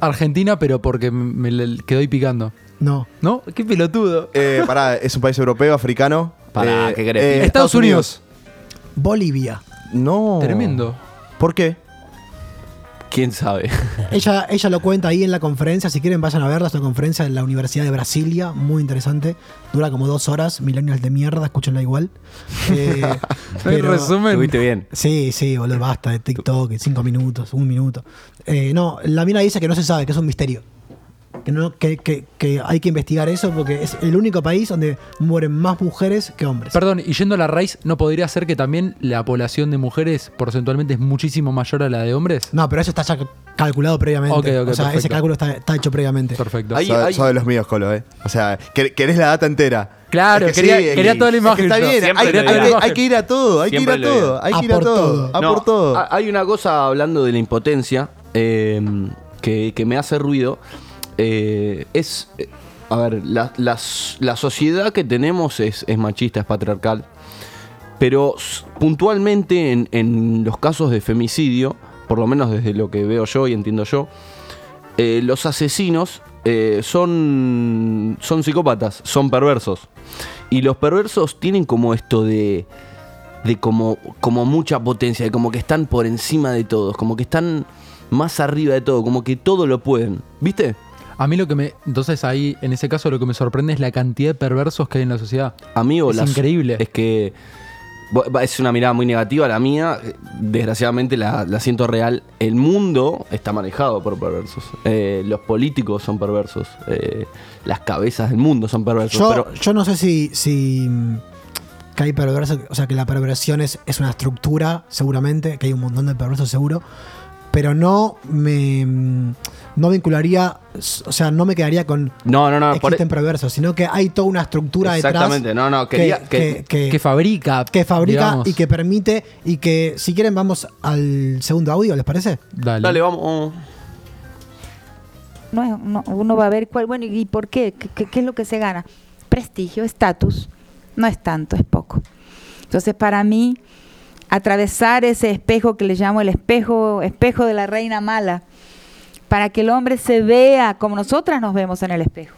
Argentina, pero porque me le- quedó ahí picando.
No.
¿No? Qué pelotudo.
Eh, pará, es un país europeo, africano.
Pará,
Eh,
¿qué querés?
eh,
Estados Unidos.
Bolivia.
No.
Tremendo.
¿Por qué?
¿Quién sabe?
Ella, ella lo cuenta ahí en la conferencia. Si quieren, vayan a verla. Es una conferencia de la Universidad de Brasilia. Muy interesante. Dura como dos horas. Milenios de mierda. Escúchenla igual. Eh, pero-
Estuviste bien.
Sí, sí, boludo, basta de TikTok, cinco minutos, un minuto. Eh, no, la mina dice que no se sabe, que es un misterio. Que, no, que, que- que hay que investigar eso porque es el único país donde mueren más mujeres que hombres.
Perdón, y yendo a la raíz, ¿no podría ser que también la población de mujeres porcentualmente es muchísimo mayor a la de hombres?
No, pero eso está ya calculado previamente.
Ok, ok,
o sea, ese
perfecto.
cálculo está, está hecho previamente.
Perfecto.
Sos- sos de los míos, Colo, eh. O sea, quer- querés la data entera.
Claro, quería- quería toda la
es
imagen
está
yo.
bien,
Siempre
hay,
lo
hay
digo.
que, hay que ir a todo, hay
Siempre
que ir
lo
a
digo.
todo, hay
A
que ir a
por Ah.
todo, a
No,
Ah, por todo.
ha- Hay una cosa hablando de la impotencia eh, que, que me hace ruido. eh, es. eh, A ver, la, las- la sociedad que tenemos es, es machista, es patriarcal. Pero s- puntualmente en, en los casos de femicidio, por lo menos desde lo que veo yo y entiendo yo, eh, los asesinos eh, son, son psicópatas, son perversos. Y los perversos tienen como esto de, de como, como mucha potencia, de como que están por encima de todos, como que están más arriba de todo, como que todo lo pueden. ¿Viste?
A mí lo que me. Entonces ahí, en ese caso, lo que me sorprende es la cantidad de perversos que hay en la sociedad.
Amigo,
Es
las-
increíble.
Es que bo- ba- es una mirada muy negativa la mía. eh, Desgraciadamente la, la siento real. El mundo está manejado por perversos. Eh, los políticos son perversos. Eh, las cabezas del mundo son perversos.
Yo,
pero
yo no sé si, si mm, que hay perverso, o sea, que la perversión es, es una estructura, seguramente, que hay un montón de perversos seguro, pero no me mm, no vincularía, s- o sea, no me quedaría con
no, no, no. por-
este
e-
existen perversos, sino que hay toda una estructura detrás
Exactamente, no, no, quería que- que
fabrica.
Que fabrica
digamos.
y que permite y que, si quieren, vamos al segundo audio, ¿les parece?
Dale.
Dale, vamos.
no es- no- uno va a ver cuál, bueno, ¿y por qué? ¿Qué, qué- qué es lo que se gana? Prestigio, estatus, no es tanto, es poco. Entonces, para mí, atravesar ese espejo que le llamo el espejo, espejo de la reina mala, para que el hombre se vea como nosotras nos vemos en el espejo,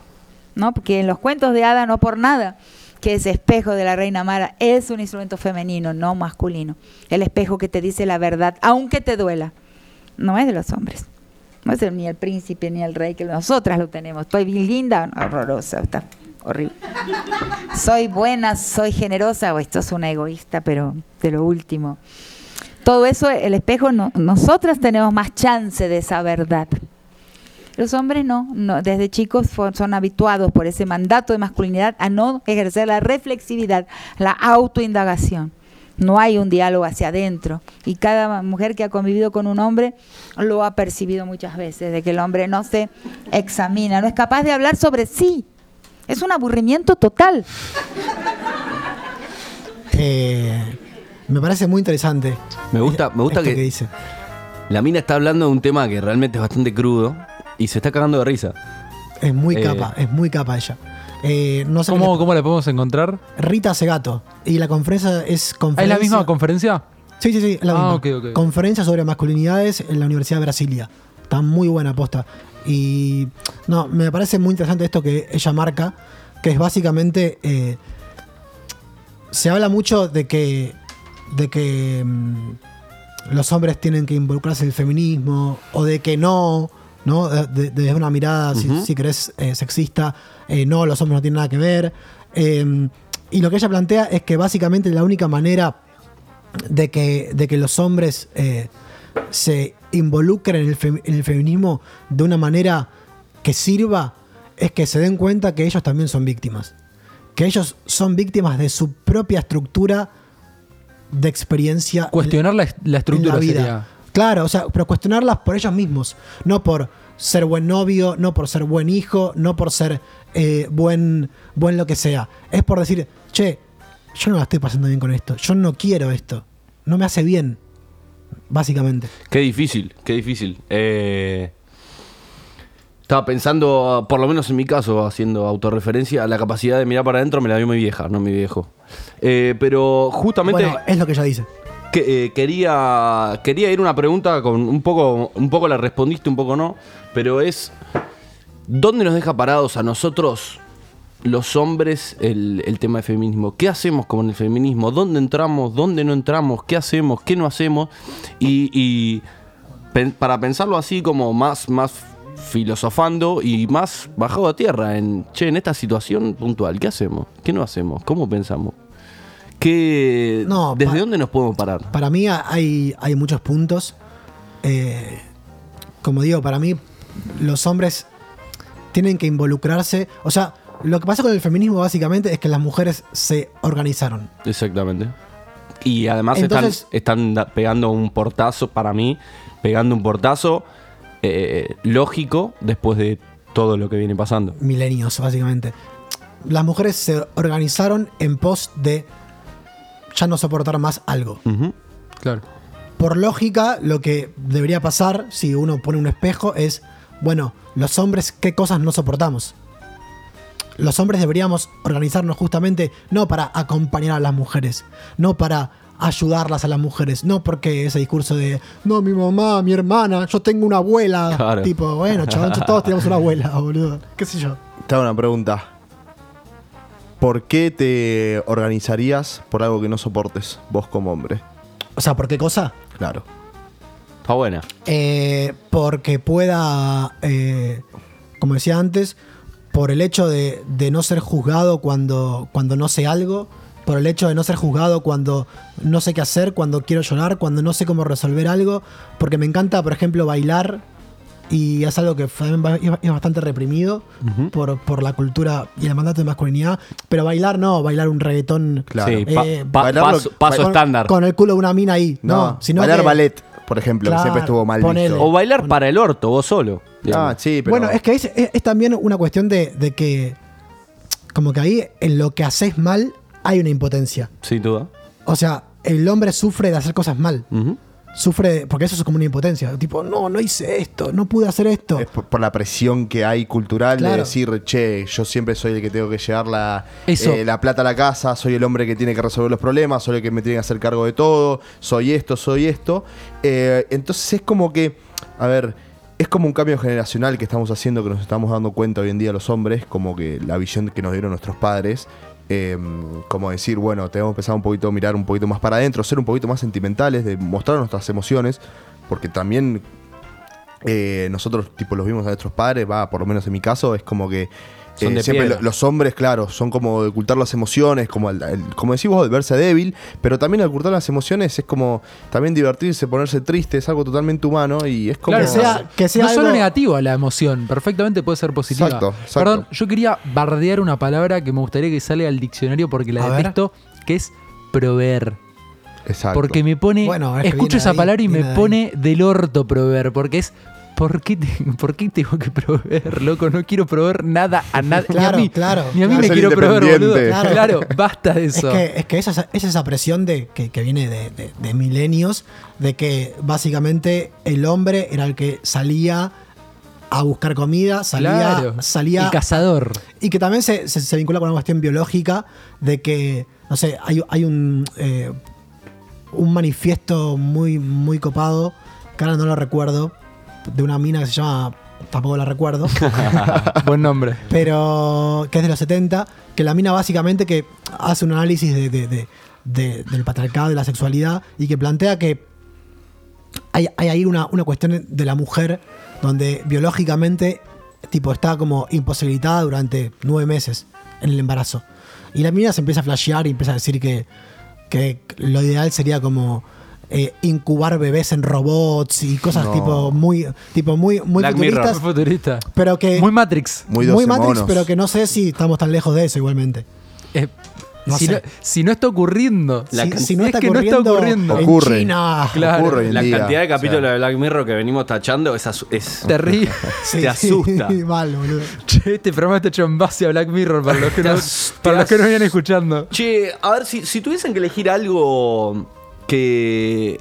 ¿no? Porque en los cuentos de hada no por nada que ese espejo de la reina mala es un instrumento femenino, no masculino. El espejo que te dice la verdad, aunque te duela, no es de los hombres. No es el- ni el príncipe ni el rey que nosotras lo tenemos. Estoy bien linda, horrorosa, está horrible. Soy buena, soy generosa, o esto es una egoísta, pero de lo último. Todo eso, el espejo, no- nosotras tenemos más chance de esa verdad. Los hombres no, no, desde chicos fo- son habituados por ese mandato de masculinidad a no ejercer la reflexividad, la autoindagación. No hay un diálogo hacia adentro. Y cada mujer que ha convivido con un hombre lo ha percibido muchas veces, de que el hombre no se examina, no es capaz de hablar sobre sí. Es un aburrimiento total.
Eh, me parece muy interesante.
Me gusta, me gusta
esto
que,
que dice.
la mina está hablando de un tema que realmente es bastante crudo y se está cagando de risa.
Es muy
Eh,
capa, es muy capa ella. Eh, no sé
¿Cómo,
qué
¿Cómo la podemos encontrar?
le- Rita Segato. Y la conferencia es
Ah, ¿Es
conferencia.
la misma conferencia?
Sí, sí, sí, es la
Ah,
misma.
ok, ok.
Conferencia sobre masculinidades en la Universidad de Brasilia. Está muy buena aposta. Y no, me parece muy interesante esto que ella marca, que es básicamente. eh, se habla mucho de que. de que. mm, los hombres tienen que involucrarse en el feminismo o de que no, ¿no? De- de- Desde una mirada, si-
Ujú.
si, querés, eh, sexista, eh, no, los hombres no tienen nada que ver. Eh, y lo que ella plantea es que básicamente la única manera de que, de que los hombres eh, se involucren en el, fem- en el feminismo de una manera que sirva es que se den cuenta que ellos también son víctimas. Que ellos son víctimas de su propia estructura de experiencia. en-
Cuestionar la, est- la estructura
en la vida.
sería.
Claro, o sea, pero cuestionarlas por ellos mismos, no por ser buen novio, no por ser buen hijo, no por ser eh, buen, buen lo que sea. Es por decir, che, yo no la estoy pasando bien con esto, yo no quiero esto, no me hace bien, básicamente.
Qué difícil, qué difícil. Eh, estaba pensando, por lo menos en mi caso, haciendo autorreferencia, la capacidad de mirar para adentro me la dio mi vieja, no mi viejo. Eh, pero justamente
Bueno, es lo que ella dice.
que- eh, quería, quería ir a una pregunta con un poco, un poco la respondiste, un poco no, pero es, ¿dónde nos deja parados a nosotros? Los hombres, el, el tema de feminismo. ¿Qué hacemos con el feminismo? ¿Dónde entramos? ¿Dónde no entramos? ¿Qué hacemos? ¿Qué no hacemos? Y, y pen- para pensarlo así como más, más filosofando y más bajado a tierra en, che, en esta situación puntual, ¿qué hacemos? ¿Qué no hacemos? ¿Cómo pensamos? ¿Qué,
No,
¿Desde
pa-
dónde nos podemos parar?
Para mí hay, hay muchos puntos. Eh, como digo, para mí los hombres tienen que involucrarse. O sea, lo que pasa con el feminismo básicamente es que las mujeres se organizaron.
Exactamente. Y además están-
Entonces-
están, da- pegando un portazo, para mí, pegando un portazo eh, lógico después de todo lo que viene pasando.
milenios, básicamente. Las mujeres se organizaron en pos de ya no soportar más algo.
Claro.
Por lógica, lo que debería pasar si uno pone un espejo es, bueno, los hombres, ¿qué cosas no soportamos? Los hombres deberíamos organizarnos justamente no para acompañar a las mujeres, no para ayudarlas a las mujeres, no porque ese discurso de, no, mi mamá, mi hermana, yo tengo una abuela,
Claro.
tipo, bueno, chabón, todos tenemos una abuela, boludo, qué sé yo.
Te hago una pregunta. ¿Por qué te organizarías por algo que no soportes vos como hombre?
O sea, ¿por qué cosa?
Claro.
Está buena.
Eh, porque pueda eh, como decía antes, por el hecho de, de no ser juzgado cuando, cuando no sé algo, por el hecho de no ser juzgado cuando no sé qué hacer, cuando quiero llorar, cuando no sé cómo resolver algo, porque me encanta, por ejemplo, bailar y es algo que fue- es bastante reprimido por, por la cultura y el mandato de masculinidad, pero bailar no, bailar un reggaetón
Claro.
eh,
Sí, pa- pa- Bailar lo- paso- paso
con-
estándar.
Con el culo de una mina ahí. No, sino
bailar
que-
ballet, por ejemplo, que siempre
Claro,
estuvo mal
ponele.
visto.
O bailar para el orto, vos solo.
Ah, sí, pero.
Bueno, es que es, es- es también una cuestión de, de que, como que ahí en lo que haces mal hay una impotencia.
Sin duda.
O sea, el hombre sufre de hacer cosas mal. Sufre, de- porque eso es como una impotencia. Tipo, no, no hice esto, no pude hacer esto.
por, por la presión que hay cultural de
Claro.
decir, che, yo siempre soy el que tengo que llevar la,
Eso.
eh, la plata a la casa, soy el hombre que tiene que resolver los problemas, soy el que me tiene que hacer cargo de todo, soy esto, soy esto. Eh, entonces es como que, a ver, es como un cambio generacional que estamos haciendo, que nos estamos dando cuenta hoy en día los hombres, como que la visión que nos dieron nuestros padres. eh, como decir, bueno, tenemos que empezar un poquito, mirar un poquito más para adentro, ser un poquito más sentimentales, de mostrar nuestras emociones, porque también eh, nosotros tipo los vimos a nuestros padres, va, por lo menos en mi caso, es como que
Son
eh,
de
siempre
piedra.
lo- los hombres, claro, son como de ocultar las emociones, como, el- el- como decís vos, de verse débil, pero también al ocultar las emociones es como también divertirse, ponerse triste, es algo totalmente humano y es como...
Claro, no solo negativa la emoción, perfectamente puede ser positiva.
Exacto, exacto.
Perdón, yo quería bardear una palabra que me gustaría que salga al diccionario porque la
A ver.
detesto, que es proveer.
Exacto.
Porque me pone.
Bueno, es que viene
escucho esa
ahí,
palabra y me
viene de ahí.
pone del orto proveer, porque es. ¿Por qué, te- por qué tengo que proveer, loco? No quiero proveer nada a nadie.
Claro,
ni a mí,
claro.
Ni a mí
Claro.
me
Ser
quiero proveer, boludo.
independiente.
Claro,
Claro.
basta de
Es
eso.
que, es que es, esa, es esa presión de, que, que viene de, de- de milenios, de que básicamente el hombre era el que salía a buscar comida, salía,
Claro,
salía
el cazador.
Y que también se, se- se vincula con una cuestión biológica de que, no sé, hay, hay un, eh, un manifiesto muy, muy copado, que ahora no lo recuerdo, de una mina que se llama, tampoco la recuerdo,
Buen nombre.
pero que es de los 70, que la mina básicamente que hace un análisis de, de- de- de- del patriarcado, de la sexualidad, y que plantea que hay, hay ahí una, una cuestión de la mujer donde biológicamente tipo está como imposibilitada durante nueve meses en el embarazo. Y la mina se empieza a flashear y empieza a decir que, que lo ideal sería como eh, incubar bebés en robots y cosas
No.
tipo muy tipo muy muy futuristas
Futurista.
pero que
Muy Matrix.
muy, Matrix, pero que no sé si estamos tan lejos de eso igualmente.
Eh,
No
si,
sé.
no, si no está ocurriendo.
La
Si-
can-
si no
Es
está
que no
ocurriendo,
está ocurriendo.
en
Ocurre.
China.
Claro, la cantidad de capítulos
O sea,
de Black Mirror que venimos tachando es, asu- es
Terrible.
Te asusta.
Mal, boludo.
Che, este programa está hecho en base a Black Mirror para los que
Te
no,
as-
para
te
los que no
as-
vienen escuchando.
Che, a ver, si, si tuviesen que elegir algo que.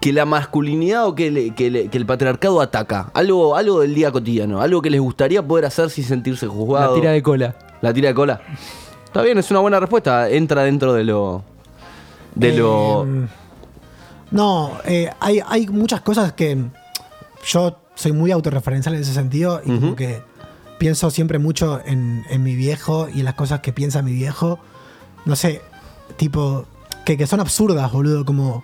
que la masculinidad o que, le- que le- que el patriarcado ataca, algo, algo del día cotidiano, algo que les gustaría poder hacer sin sentirse juzgado.
La tira de cola.
La tira de cola. Está bien, es una buena respuesta. Entra dentro de lo. de lo.
Em.
Em, No, eh, hay, hay muchas cosas que yo soy muy autorreferencial en ese sentido y como
Ujú.
que pienso siempre mucho en, en mi viejo y en las cosas que piensa mi viejo. No sé, tipo, que, que son absurdas, boludo, como,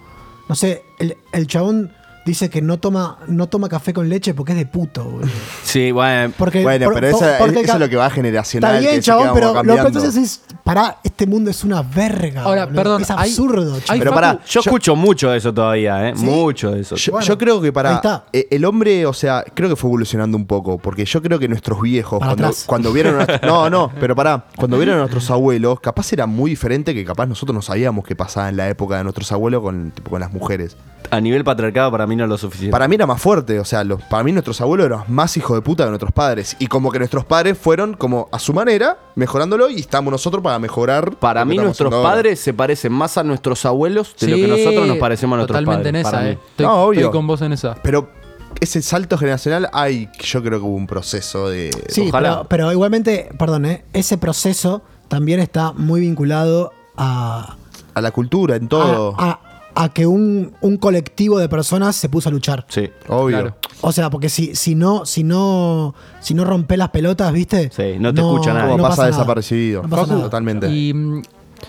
no sé, el, el chabón dice que no toma, no toma café con leche porque es de puto, boludo.
Sí, bueno.
Porque-
bueno,
por-
pero eso,
por- porque
eso
ca-
es lo que va generacional.
Está bien,
que se
chabón,
queda como
pero lo que
cambiando.
entonces es, pará, este mundo es una verga.
Ahora,
boludo.
perdón,
es
hay-
absurdo, chabón.
Pero pará, yo, escucho mucho de eso todavía, ¿eh? Mucho de eso.
Yo, yo creo que
ahí
para
está.
eh, el hombre, o sea, creo que fue evolucionando un poco, porque yo creo que nuestros viejos,
Para
cuando,
atrás.
cuando vieron a nuestros- No, no, pero pará, cuando vieron a nuestros abuelos, capaz era muy diferente que capaz nosotros no sabíamos qué pasaba en la época de nuestros abuelos con, tipo, con las mujeres.
A nivel patriarcado, para mí no es lo suficiente.
Para mí era más fuerte, o sea, los, para mí nuestros abuelos eran más hijos de puta que nuestros padres. Y como que nuestros padres fueron como a su manera, mejorándolo y estamos nosotros para mejorar.
Para
lo que
mí,
estamos
nuestros
haciendo ahora.
padres se parecen más a nuestros abuelos de lo que
Sí,
nosotros nos parecemos a nuestros
totalmente
padres.
en esa,
para mí.
eh. Estoy-
No, obvio.
estoy con vos en esa.
Pero ese salto generacional, hay, yo creo que hubo un proceso de.
Sí, pero, pero igualmente, perdón, ¿eh? ese proceso también está muy vinculado a,
A la cultura, en todo.
a, a- a que un, un colectivo de personas se puso a luchar.
Sí,
obvio.
Claro. O sea, porque si, si no, si no, si no rompe las pelotas, ¿viste?
Sí,
Como pasa,
nada.
desaparecido.
No pasa
Facu,
nada.
Totalmente.
Y, mm,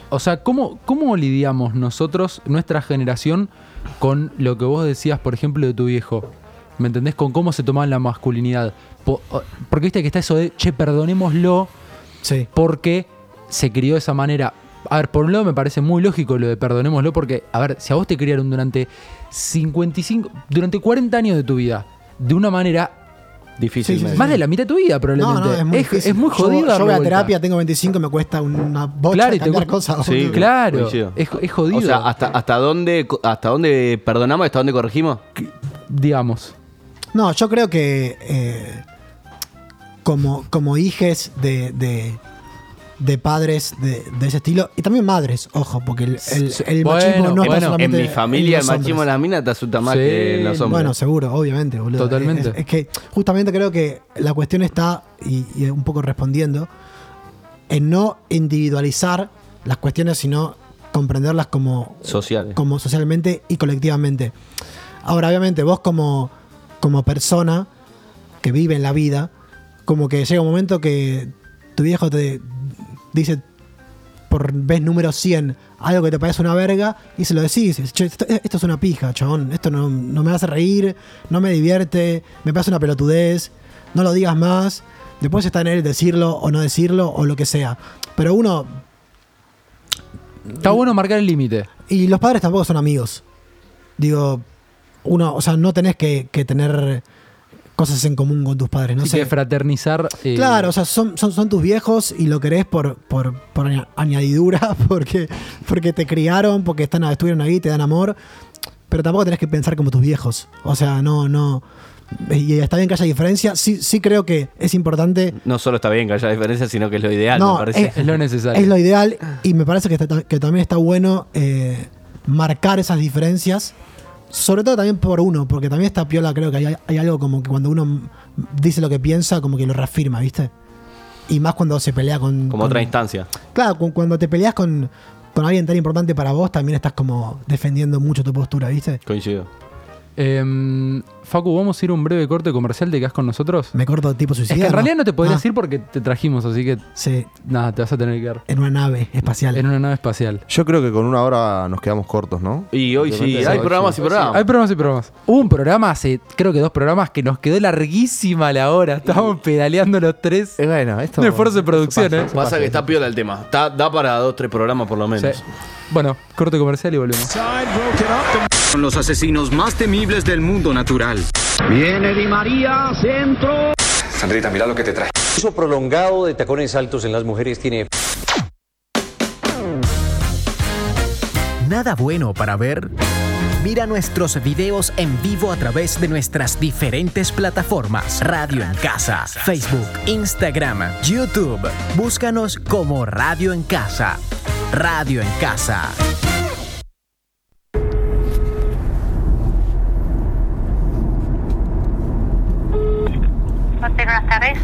o sea, ¿cómo, ¿cómo lidiamos nosotros, nuestra generación, con lo que vos decías, por ejemplo, de tu viejo? ¿Me entendés? Con cómo se tomaba la masculinidad. Po- o- Porque viste que está eso de, che, perdonémoslo porque se crió de esa manera. A ver, por un lado me parece muy lógico lo de perdonémoslo porque, a ver, si a vos te criaron durante 55, durante 40 años de tu vida, de una manera...
Difícil.
Más de la mitad de tu vida probablemente.
No, no, es muy,
es,
difícil.
es muy
Yo-
jodido.
Yo,
darle
voy a
vuelta.
terapia, tengo 25, me cuesta una bocha
Claro, y te
cambiar
cu-
cosas.
Sí,
boludo.
claro. es- es jodido.
O sea, hasta, hasta dónde hasta dónde perdonamos, hasta dónde corregimos.
Digamos.
No, yo creo que eh, como, como hijes de, de, de padres de, de ese estilo, y también madres, ojo, porque el, el- el
Bueno,
machismo no está
bueno. en
solamente
mi familia
en
el
los
machismo en
hombres.
las minas te asusta más que en los hombres.
Bueno, seguro, obviamente, boludo.
Totalmente.
Es, es que justamente creo que la cuestión está, y, y un poco respondiendo, en no individualizar las cuestiones, sino comprenderlas como,
Sociales.
como socialmente y colectivamente. Ahora, obviamente, vos como, como persona que vive en la vida, como que llega un momento que tu viejo te dice por vez número 100 algo que te parece una verga y se lo decís. Che, esto, esto es una pija, chabón. Esto no, no me hace reír, no me divierte, me parece una pelotudez, no lo digas más. Después está en él decirlo o no decirlo o lo que sea. Pero uno...
Está bueno marcar el límite.
Y los padres tampoco son amigos. Digo, uno, o sea, no tenés que, que tener cosas en común con tus padres, no
Así
sé.
que fraternizar... eh,
Claro, o sea, son, son, son tus viejos y lo querés por, por, por aña- añadidura, porque, porque te criaron, porque están, estuvieron ahí, te dan amor. Pero tampoco tenés que pensar como tus viejos. O sea, no, no. Y está bien que haya diferencia. Sí, sí creo que es importante.
No solo está bien que haya diferencias, sino que es lo ideal,
No,
me parece.
es- es lo
necesario.
Es lo ideal. Y me parece que, está- que también está bueno eh, marcar esas diferencias. Sobre todo también por uno, porque también está piola, creo que hay, hay algo como que cuando uno dice lo que piensa, como que lo reafirma, ¿viste? Y más cuando se pelea con.
Como
con-
otra instancia.
Claro, cu- cuando te peleas con, con alguien tan importante para vos, también estás como defendiendo mucho tu postura, ¿viste?
Coincido.
em, Facu, ¿vamos a ir a un breve corte comercial? ¿Te quedás con nosotros?
Me corto tipo
Es
suicida.
que en
¿no?
realidad no te podrías
Ah,
ir porque te trajimos, así que...
Sí.
Nada, te vas a tener que ir.
En una nave espacial.
En una nave espacial.
Yo creo que con una hora nos quedamos cortos, ¿no?
Y hoy sí, hay programas y programas.
Hay programas y programas. Hubo un programa hace, creo que dos programas, que nos quedó larguísima la hora. Estábamos pedaleando los tres.
Es bueno, esto.
Un esfuerzo de producción, ¿eh?
Pasa que está piola el tema. Está- da para dos, tres programas por lo menos.
Sí. Bueno, corte comercial y volvemos.
Son los asesinos más temibles del mundo natural.
Viene Di María, centro.
Sandrita, mira lo que te trae.
Uso prolongado de tacones altos en las mujeres tiene.
¿Nada bueno para ver? Mira nuestros videos en vivo a través de nuestras diferentes plataformas. Radio en Casa, Facebook, Instagram, YouTube. Búscanos como Radio en Casa. Radio en Casa.
buenas tardes.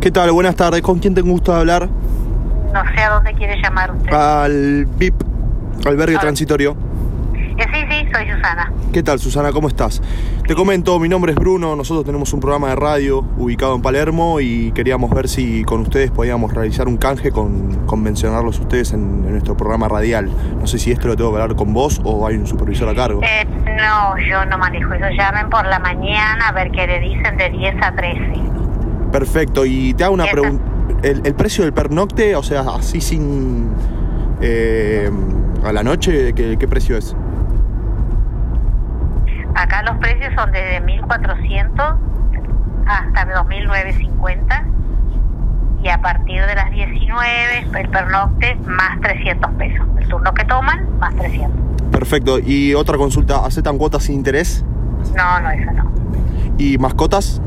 ¿Qué tal? Buenas tardes. ¿Con quién tengo gusto de hablar?
No sé a dónde quiere llamar usted.
Al VIP, albergue transitorio.
Eh, sí, sí, soy Susana.
¿Qué tal, Susana? ¿Cómo estás? Te comento, mi nombre es Bruno. Nosotros tenemos un programa de radio ubicado en Palermo y queríamos ver si con ustedes podíamos realizar un canje con, con mencionarlos ustedes en, en nuestro programa radial. No sé si esto lo tengo que hablar con vos o hay un supervisor a cargo.
Eh, no, yo no manejo eso. Llamen por la mañana a ver qué le dicen de 10 a 13.
Perfecto. Y te hago una pregunta. El, el precio del pernocte, o sea, así sin. eh, a la noche, ¿qué- qué precio es?
Acá los precios son desde 1400 hasta 2950 y a partir de las 19 el pernocte más 300 pesos. El turno que toman más 300.
Perfecto. Y otra consulta, ¿aceptan cuotas sin interés?
No, no, eso no.
¿Y mascotas?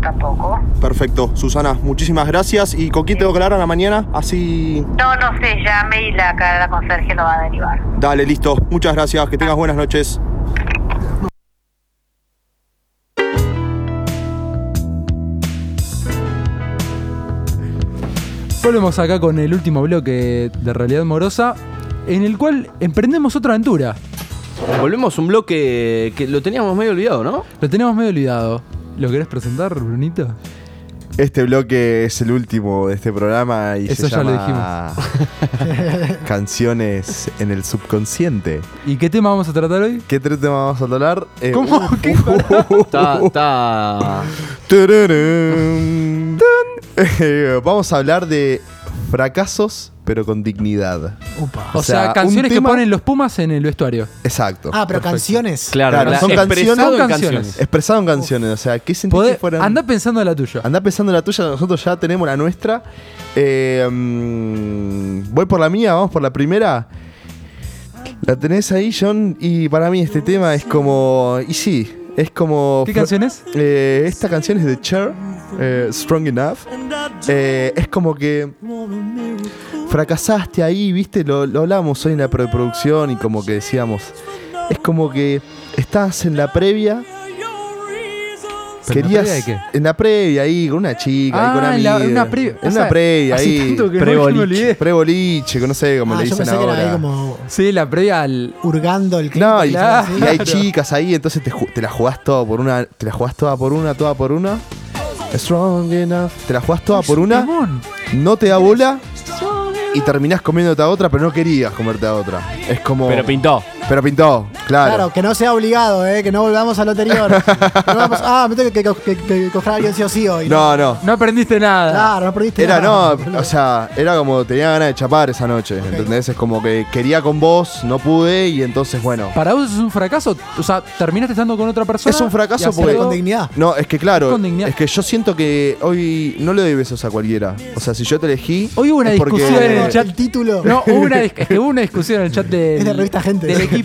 Tampoco.
Perfecto. Susana, muchísimas gracias. ¿Y con quién tengo que hablar a la mañana? Así...
No, no sé, llame y la, la conserje lo va a derivar.
Dale, listo. Muchas gracias. Que
Ah.
tengas buenas noches.
Volvemos acá con el último bloque de Realidad Morosa, en el cual emprendemos otra aventura.
Volvemos a un bloque que lo teníamos medio olvidado, ¿no?
Lo teníamos medio olvidado. ¿Lo querés presentar, Brunito?
Este bloque es el último de este programa y
Eso
se
ya lo
llama Canciones en el subconsciente.
¿Y qué tema vamos a tratar hoy?
¿Qué tres tema vamos a tratar? Eh,
¿Cómo?
uh,
¿Qué?
Está, está.
Tururum. Eh, Vamos a hablar de fracasos, pero con dignidad.
O, sea,
un
canciones
tema-
que ponen los Pumas en el vestuario.
Exacto.
Ah, pero canciones.
Claro, son canciones,
Son canciones.
Expresado en canciones. O sea, ¿qué sentís
Podés-
que fueran?
Andá pensando en la tuya.
Andá pensando en la tuya, nosotros ya tenemos la nuestra. Eh, mm, voy por la mía, vamos por la primera. La tenés ahí, John, y para mí este tema es como. Y sí, es como.
¿Qué canción es?
Eh, esta canción es de Cher, eh, Strong Enough. Eh, es como que. Fracasaste ahí, viste, lo, lo hablábamos hoy en la preproducción y como que decíamos. Es como que estás en la previa.
¿Pero en la
Querías.
previa de qué?
En la previa ahí, con una chica, ahí
Ah,
con
en la-
amigos.
en una previa.
En
O
una
sea,
previa
hace
ahí.
tanto que no, yo me olvidé.
Preboliche, que no sé
Ah,
cómo le dicen ahora.
Sí, la previa al...
Hurgando el
No, y,
Claro.
y hay chicas ahí, entonces te, ju- te la jugás toda por una, te la jugás toda por una, toda por una. Strong enough. Te la jugás toda por una. No te da bola. Y terminás comiéndote a otra, pero no querías comerte a otra. Es como.
Pero pintó.
Pero pintó,
Claro.
claro.
que no sea obligado, ¿eh? que no volvamos a lo anterior. No vamos- ah, me tengo que, que, que- que coger a alguien sí o sí hoy.
No, no.
No aprendiste nada.
Claro, no perdiste
Era,
nada.
no, o sea, era como tenía ganas de chapar esa noche, ¿entendés? Es como que quería con vos, no pude, y entonces, bueno.
¿Para vos es un fracaso? O sea, terminaste estando con otra persona.
Es un
y
fracaso
hacerlo
porque.
con
No, es que claro.
Con dignidad.
Es que yo siento que hoy no le doy besos a cualquiera. O sea, si yo te elegí.
Hoy hubo una
es porque-
discusión en el chat.
El título.
No, hubo una, dis- es que hubo una discusión en el chat de,
Es de revista Gente.
del equipo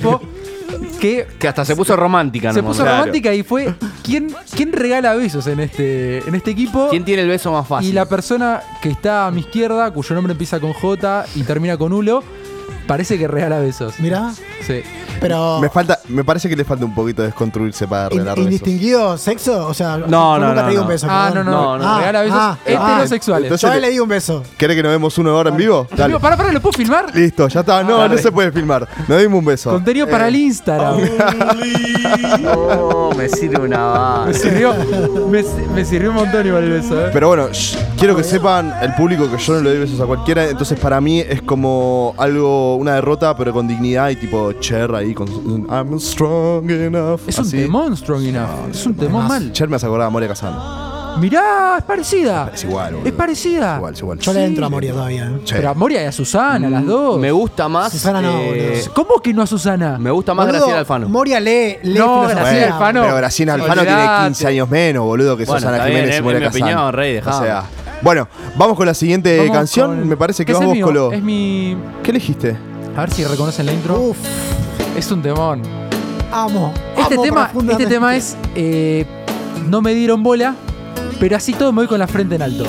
que
Que hasta se puso romántica,
se
¿no?
puso romántica y fue ¿quién, quién regala besos en este, en este equipo.
¿Quién tiene el beso más fácil?
Y la persona que está a mi izquierda, cuyo nombre empieza con J y termina con Ulo, parece que regala besos.
Mirá.
Sí.
Pero-
Me, falta, me parece que le falta un poquito desconstruirse para
In-
regalar besos.
¿Indistinguido sexo? O sea, yo
no,
nunca
no,
te
no.
digo un beso.
Ah,
perdón. Ah,
no, no, no, este no, regala besos heterosexuales.
Ah, Entonces
yo
le-
le di un beso.
¿Querés que nos vemos uno ahora en vivo? Dale.
Amigo, pará, pará, ¿lo puedo filmar?
Listo, ya está. No,
Ah,
no
tarde.
se puede filmar. Nos dimos un beso.
Contenido
Eh.
para el Instagram.
Oh.
No, me sirve una
Me
base.
sirvió, me, me sirvió un montón igual el beso, ¿eh?
Pero bueno, shh, quiero que sepan el público que yo no le doy besos a cualquiera, entonces para mí es como algo, una derrota, pero con dignidad y tipo Cher ahí con su- I'm strong enough.
Es un temón strong enough. Es un temón mal.
Cher me hace acordar a Moria Kazan.
Mirá, es parecida.
Es igual, boludo.
Es parecida.
Igual, es igual.
Yo le entro a Moria todavía. ¿eh?
Sí.
Ah. Pero a Moria y a Susana, las dos.
Mm, Me gusta más.
Susana no,
eh,
boludo.
¿Cómo que no a Susana?
Me gusta más
Boludo,
Graciela Alfano.
Moria lee, lee
No,
filosofía.
Graciela
Bueno,
Alfano.
Pero Graciela Alfano tiene
Olvidate.
15 años menos, boludo, que
Bueno,
Susana
está bien,
Jiménez
es-
y Moria
es mi
Kazan.
opinión, rey, dejá.
O sea, bueno, vamos con la siguiente
Vamos
Eh, canción.
con-
Me parece que
es
vas
el
vos,
mío,
Colo.
Es mi.
¿Qué elegiste?
A ver si reconocen la intro.
Uh.
Uf,
Es un temón.
amo.
Este
amo
tema,
profundamente.
este tema es. eh, no me dieron bola, pero así todo me voy con la frente en alto.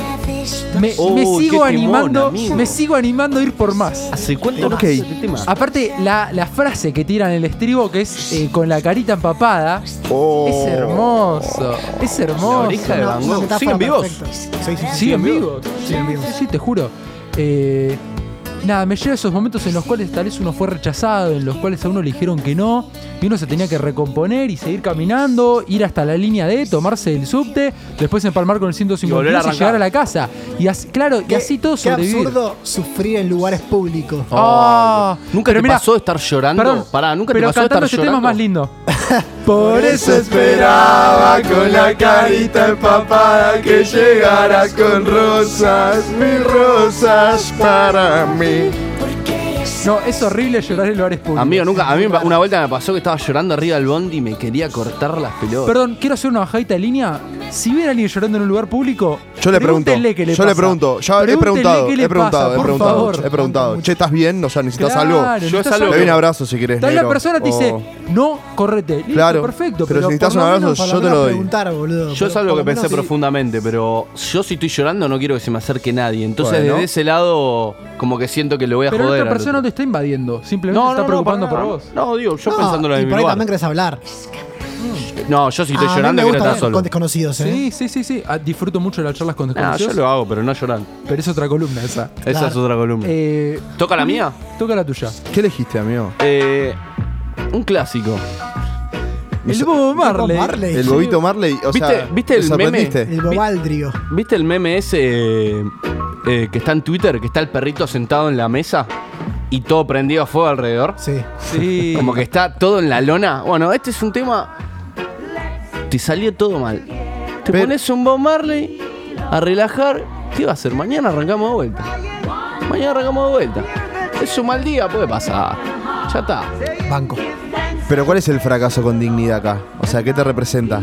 Me,
Oh,
me sigo
qué temón,
animando.
amigo.
me sigo animando a ir por más.
¿Hace cuánto no
Ok.
hace este tema?
Aparte, la, la frase que tiran el estribo, que es eh, con la carita empapada,
Oh.
es hermoso. Es
La
hermoso.
oreja de
Una-
Van
una
Gogh.
metáfora
¿Siguen vivos?
perfecta. Sí, sí, sí.
Siguen vivos.
Siguen
Sí,
vivos.
sí, te juro. Eh, nada, me lleva a esos momentos en los cuales tal vez uno fue rechazado, en los cuales a uno le dijeron que no, y uno se tenía que recomponer y seguir caminando, ir hasta la línea D, tomarse el subte, después empalmar con el
Y volver a
152 y,
arrancar.
llegar a la casa. Y así, claro, y
Qué-
así todo
Qué
sobrevivir.
absurdo sufrir en lugares públicos.
Ah,
Oh, ¿Nunca
pero
te
mirá,
pasó estar llorando?
Perdón,
Pará, ¿nunca te
pero
pasó estar
cantando este tema es
llorando?
más lindo. Por eso
esperaba con la carita empapada que llegaras con rosas, mis rosas para mí.
No, es horrible llorar en lugares públicos.
Amigo, nunca. A mí me- una vuelta me pasó que estaba llorando arriba del bondi y me quería cortar las pelotas.
Perdón, quiero hacer una bajadita de línea. Si ven a alguien llorando en un lugar público,
Yo le pregunto,
pregúntenle qué le
yo le
pasa.
pregunto, ya he
Pregúntenle
preguntado,
qué le
he preguntado,
pasa,
he
por
preguntado,
favor.
he preguntado. Che, ¿estás bien? O sea, ¿necesitas
Claro,
algo?
necesitas
Yo es algo
Te
que-
doy un abrazo si querés,
Tal vez la
negro,
persona te dice,
o-
no, correte. Listo,
Claro,
perfecto.
pero si necesitas
por lo
un abrazo,
menos-
yo
Por lo
te lo
menos
doy.
preguntar, boludo.
Yo es
Por-
algo
por
que
lo menos
pensé
sí.
profundamente, pero yo si estoy llorando no quiero que se me acerque nadie. Entonces,
Bueno.
desde ese lado, como que siento que le voy a
Pero la
joder.
otra
al
persona no te está invadiendo, simplemente se está preocupando por vos.
No, digo, yo
No,
pensándolo
y
en mi
por ahí
lugar.
también querés hablar.
No, yo si estoy
Ah, a mí
llorando quiero
me gusta
estar
hablar
solo.
con desconocidos, ¿eh?
Sí, sí, sí, sí. Ah, disfruto mucho de las charlas con
No, Ah, yo
desconocidos.
lo hago, pero no llorando.
Pero es otra columna esa.
Esa es otra columna.
Eh,
¿Toca la mía?
toca la tuya.
¿Qué elegiste, amigo?
Eh, un clásico.
El Bobo Marley.
El bobito Marley. O
¿Viste,
sea,
¿viste
¿te
el meme?
sorprendiste?
bobaldrio.
¿Viste el meme ese eh, eh, que está en Twitter? Que está el perrito sentado en la mesa y todo prendido a fuego alrededor.
Sí.
Sí.
Como que está todo en la lona. Bueno, este es un tema. Te salió todo mal. Te pones un Bob Marley a relajar. ¿Qué va a hacer? Mañana arrancamos de vuelta. Mañana arrancamos de vuelta. Es un mal día, puede pasar. Ya está.
Banco.
Pero ¿cuál es el fracaso con dignidad acá? O sea, ¿qué te representa?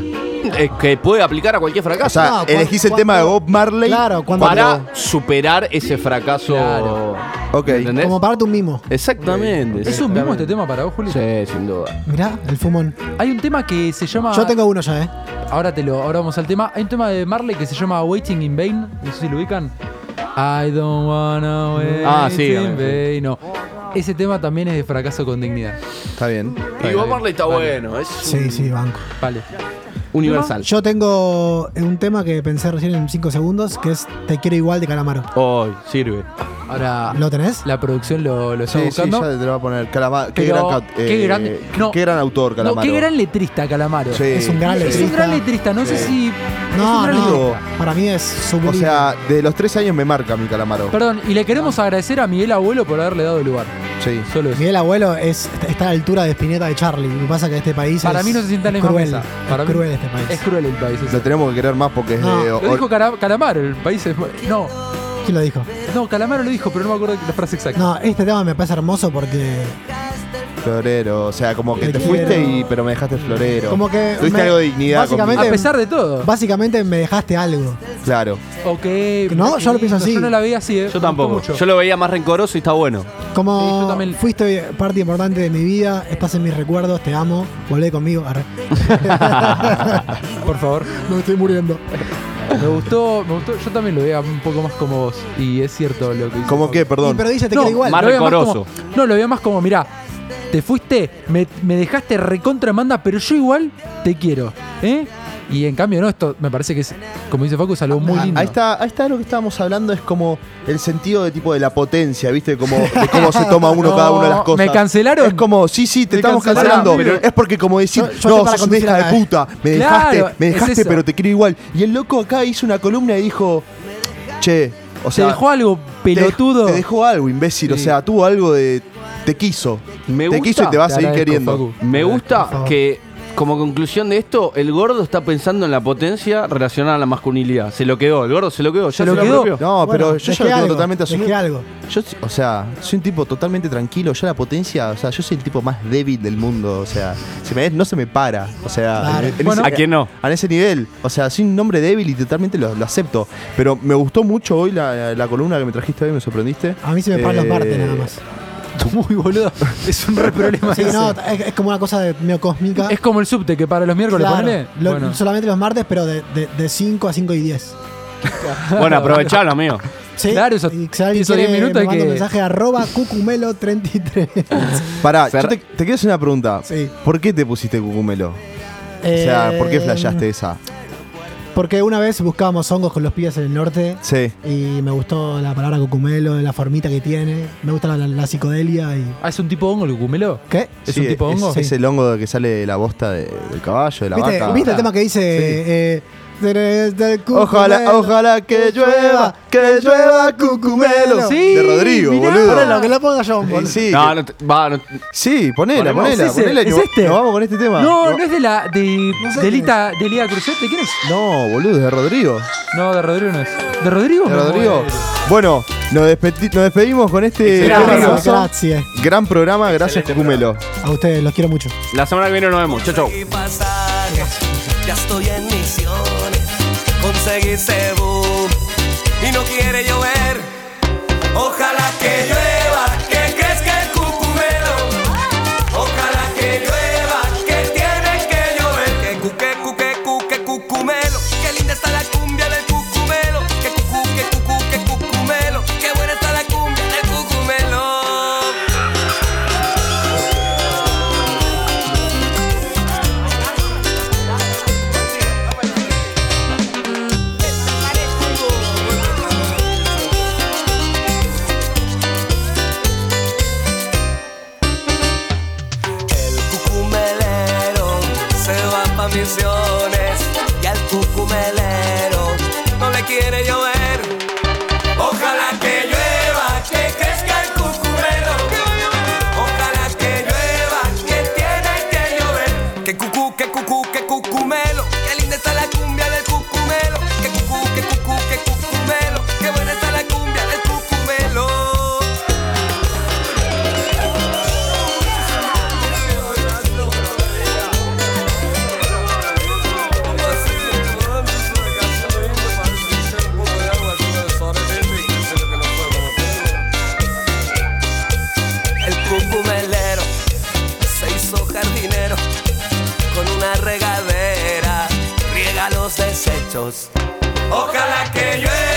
Es que puede aplicar a cualquier fracaso.
O sea, No, cu- elegís el tema de Bob Marley Claro, cuando-
para superar ese fracaso.
Ok.
¿Entendés?
Como parte un mimo.
Exactamente.
¿Es un mimo este tema para vos, Julio?
Sí, sin duda.
Mirá, el fumón.
Hay un tema que se llama.
Yo tengo uno ya, ¿eh?
Ahora te lo, ahora vamos al tema. Hay un tema de Marley que se llama Waiting in Vain. No sé si lo ubican. I don't wanna wait
Ah, sí,
in
sí.
vain. No. Ese tema también es de fracaso con dignidad.
Está bien.
Y Bob Marley está bueno. Es
Sí, sí, banco.
Vale.
Universal.
Yo tengo un tema que pensé recién en 5 segundos, que es Te quiero igual de Calamaro.
Hoy, sirve. Ah.
Ahora.
¿Lo tenés?
La producción lo, lo está
Sí, sí,
buscando.
ya te lo va a poner. Calama- qué,
Pero,
gran, cat-
qué
eh,
gran- no.
qué gran autor, Calamaro.
No, qué gran letrista, Calamaro.
Sí. Es un gran
Es un
letrista.
gran letrista. No sé
Sí.
si. es un
No,
gran
no.
letrista.
Para mí es sublime.
O sea, de los tres años me marca mi Calamaro.
Perdón, y le queremos agradecer a Miguel Abuelo por haberle dado el lugar.
Sí.
Solo eso.
Miguel Abuelo es, está a la altura de Spinetta de Charlie. Lo que pasa es que este país
Para
es
mí no se sienta en la misma
cruel.
mesa. Para
es
mí-
cruel este país.
Es cruel el país.
Lo tenemos que querer más porque es
No.
de.
Lo dijo Cara- Calamaro, el país es. No,
¿Quién lo dijo?
no, Calamaro lo dijo, pero no me acuerdo la frase exacta.
No, este tema me parece hermoso porque
Florero, o sea, como que te, fuiste y pero me dejaste florero.
como que
tuviste
me-
algo de dignidad
básicamente,
conmigo.
de todo.
Básicamente me dejaste algo.
Claro.
Ok.
No, yo lo pienso así.
Yo no la veía así, eh.
Yo tampoco. Yo lo veía más rencoroso y está bueno.
Como fuiste parte importante de mi vida, estás en mis recuerdos, te amo, volvé conmigo. arre.
Por favor.
No estoy muriendo.
Me gustó, me gustó. Yo también lo veía un poco más como vos. Y es cierto lo que dice.
¿Cómo qué? Perdón.
pero dice, te
no,
queda igual.
lo
Más
veía
rencoroso.
como- no, lo veía más como, mirá, te fuiste, me, me dejaste recontra en banda, pero yo igual te quiero. ¿Eh? Y en cambio, no, esto me parece que es, como dice Facu, es algo muy
Ah,
lindo.
Ahí está, ahí está lo que estábamos hablando, es como el sentido de tipo de la potencia, ¿viste? Como, de cómo se toma uno cada una de las
No,
cosas.
¿me cancelaron?
Es como, sí, sí, te
Me
estamos
cancelaron.
cancelando.
Pero-
es porque como decir,
Yo- yo estoy
no,
para
sos una
conducir
hija de
acá, eh".
puta, me
Claro,
dejaste, me
es
dejaste,
eso.
pero te quiero igual. Y el loco acá hizo una columna y dijo, che, o sea...
dejó algo, pelotudo.
Te, dejó algo, imbécil, o sea, tuvo algo de... Te quiso.
Me
te
gusta-
quiso y te va a seguir queriendo.
Me
por
gusta
favor.
que, como conclusión de esto, el gordo está pensando en la potencia relacionada a la masculinidad. Se lo quedó, el gordo se lo quedó. Ya se lo apropió.
No, pero yo ya lo tengo totalmente asumido.
algo.
Yo, o sea, soy un tipo totalmente tranquilo. Ya la potencia, o sea, yo soy el tipo más débil del mundo. O sea, se me- no se me para. O sea,
Claro.
en- en
Bueno.
ese-
¿A quién no?
A ese nivel. O sea, soy un hombre débil y totalmente lo, lo acepto. Pero me gustó mucho hoy la, la- la columna que me trajiste hoy, me sorprendiste. Eh,
A mí se me paran los martes nada más.
Muy boludo. Es un re problema
Sí,
ese.
no, es, es como una cosa de medio cósmica.
Es como el subte que para los miércoles
Claro,
ponele.
lo-
Bueno.
Solamente los martes, pero de, de, de 5 a 5 y 10.
Bueno, aprovechalo, amigo.
Sí,
Claro, eso.
y si alguien
esos
quiere,
10 minutos
me
hay
manda
que-
un mensaje arroba cucumelo33.
Pará, yo te, te quiero hacer una pregunta.
Sí.
¿Por qué te pusiste cucumelo? O sea, ¿por qué
Eh,
flasheaste esa?
Porque una vez buscábamos hongos con los pibes en el norte
Sí.
y me gustó la palabra cucumelo, la formita que tiene, me gusta la, la- la psicodelia y...
Ah, ¿es un tipo hongo el cucumelo?
¿Qué?
¿Es
Sí,
un tipo hongo?
Es, el hongo que sale de la bosta de- del caballo, de la
¿Viste,
vaca.
viste el tema que dice... eh, tenés del cucumelo,
Ojalá, ojalá que llueva, que llueva cucumelo.
Sí,
de Rodrigo,
mirá.
boludo.
Ponelo, que lo ponga yo, boludo.
Sí,
No, no te- va, no-
sí, ponela,
Ponemos.
ponela,
¿Es ese?
ponela. que
¿Es
va-
este?
nos vamos con este tema.
No,
No,
no es de la. de.
sé
de
quién
Lita, de Lía Cruzet, ¿de quién es?
no, boludo, es de Rodrigo.
No, de Rodrigo no es. ¿De Rodrigo?
De
Me
Rodrigo.
muero.
Bueno, nos, despedi- nos despedimos con este
Gracias,
gran
gracias.
programa. Gran programa, gracias
Excelente
Cucumelo.
A ustedes, los quiero mucho.
La semana que viene nos vemos. Chau, chau.
pasajes, ya estoy en misiones. Conseguí Cebú y no quiere llover. Ojalá que llueva, que crezca el cucumelo. Ojalá que llueva, que tiene que llover. Que cuque, cuque, cuque, cucumelo. Qué linda está la cumbia del cucumelo. Que cucu, que cucu, que cucumelo. Qué buena está la cumbia del cucumelo. bendiciones y al cucumelero no le quiere llover. Ojalá que llueva, que crezca el cucumelo. Ojalá que llueva, que tiene que llover. Que cucú, que cucú, que cucumelo. Qué linda está la cumbia del cucumelo. Que cucú, que cucú, que cucumelo. Qué buena está la cumbia del cucumelo. El cucumelero se hizo jardinero con una regadera, riega los desechos. Ojalá que llueva.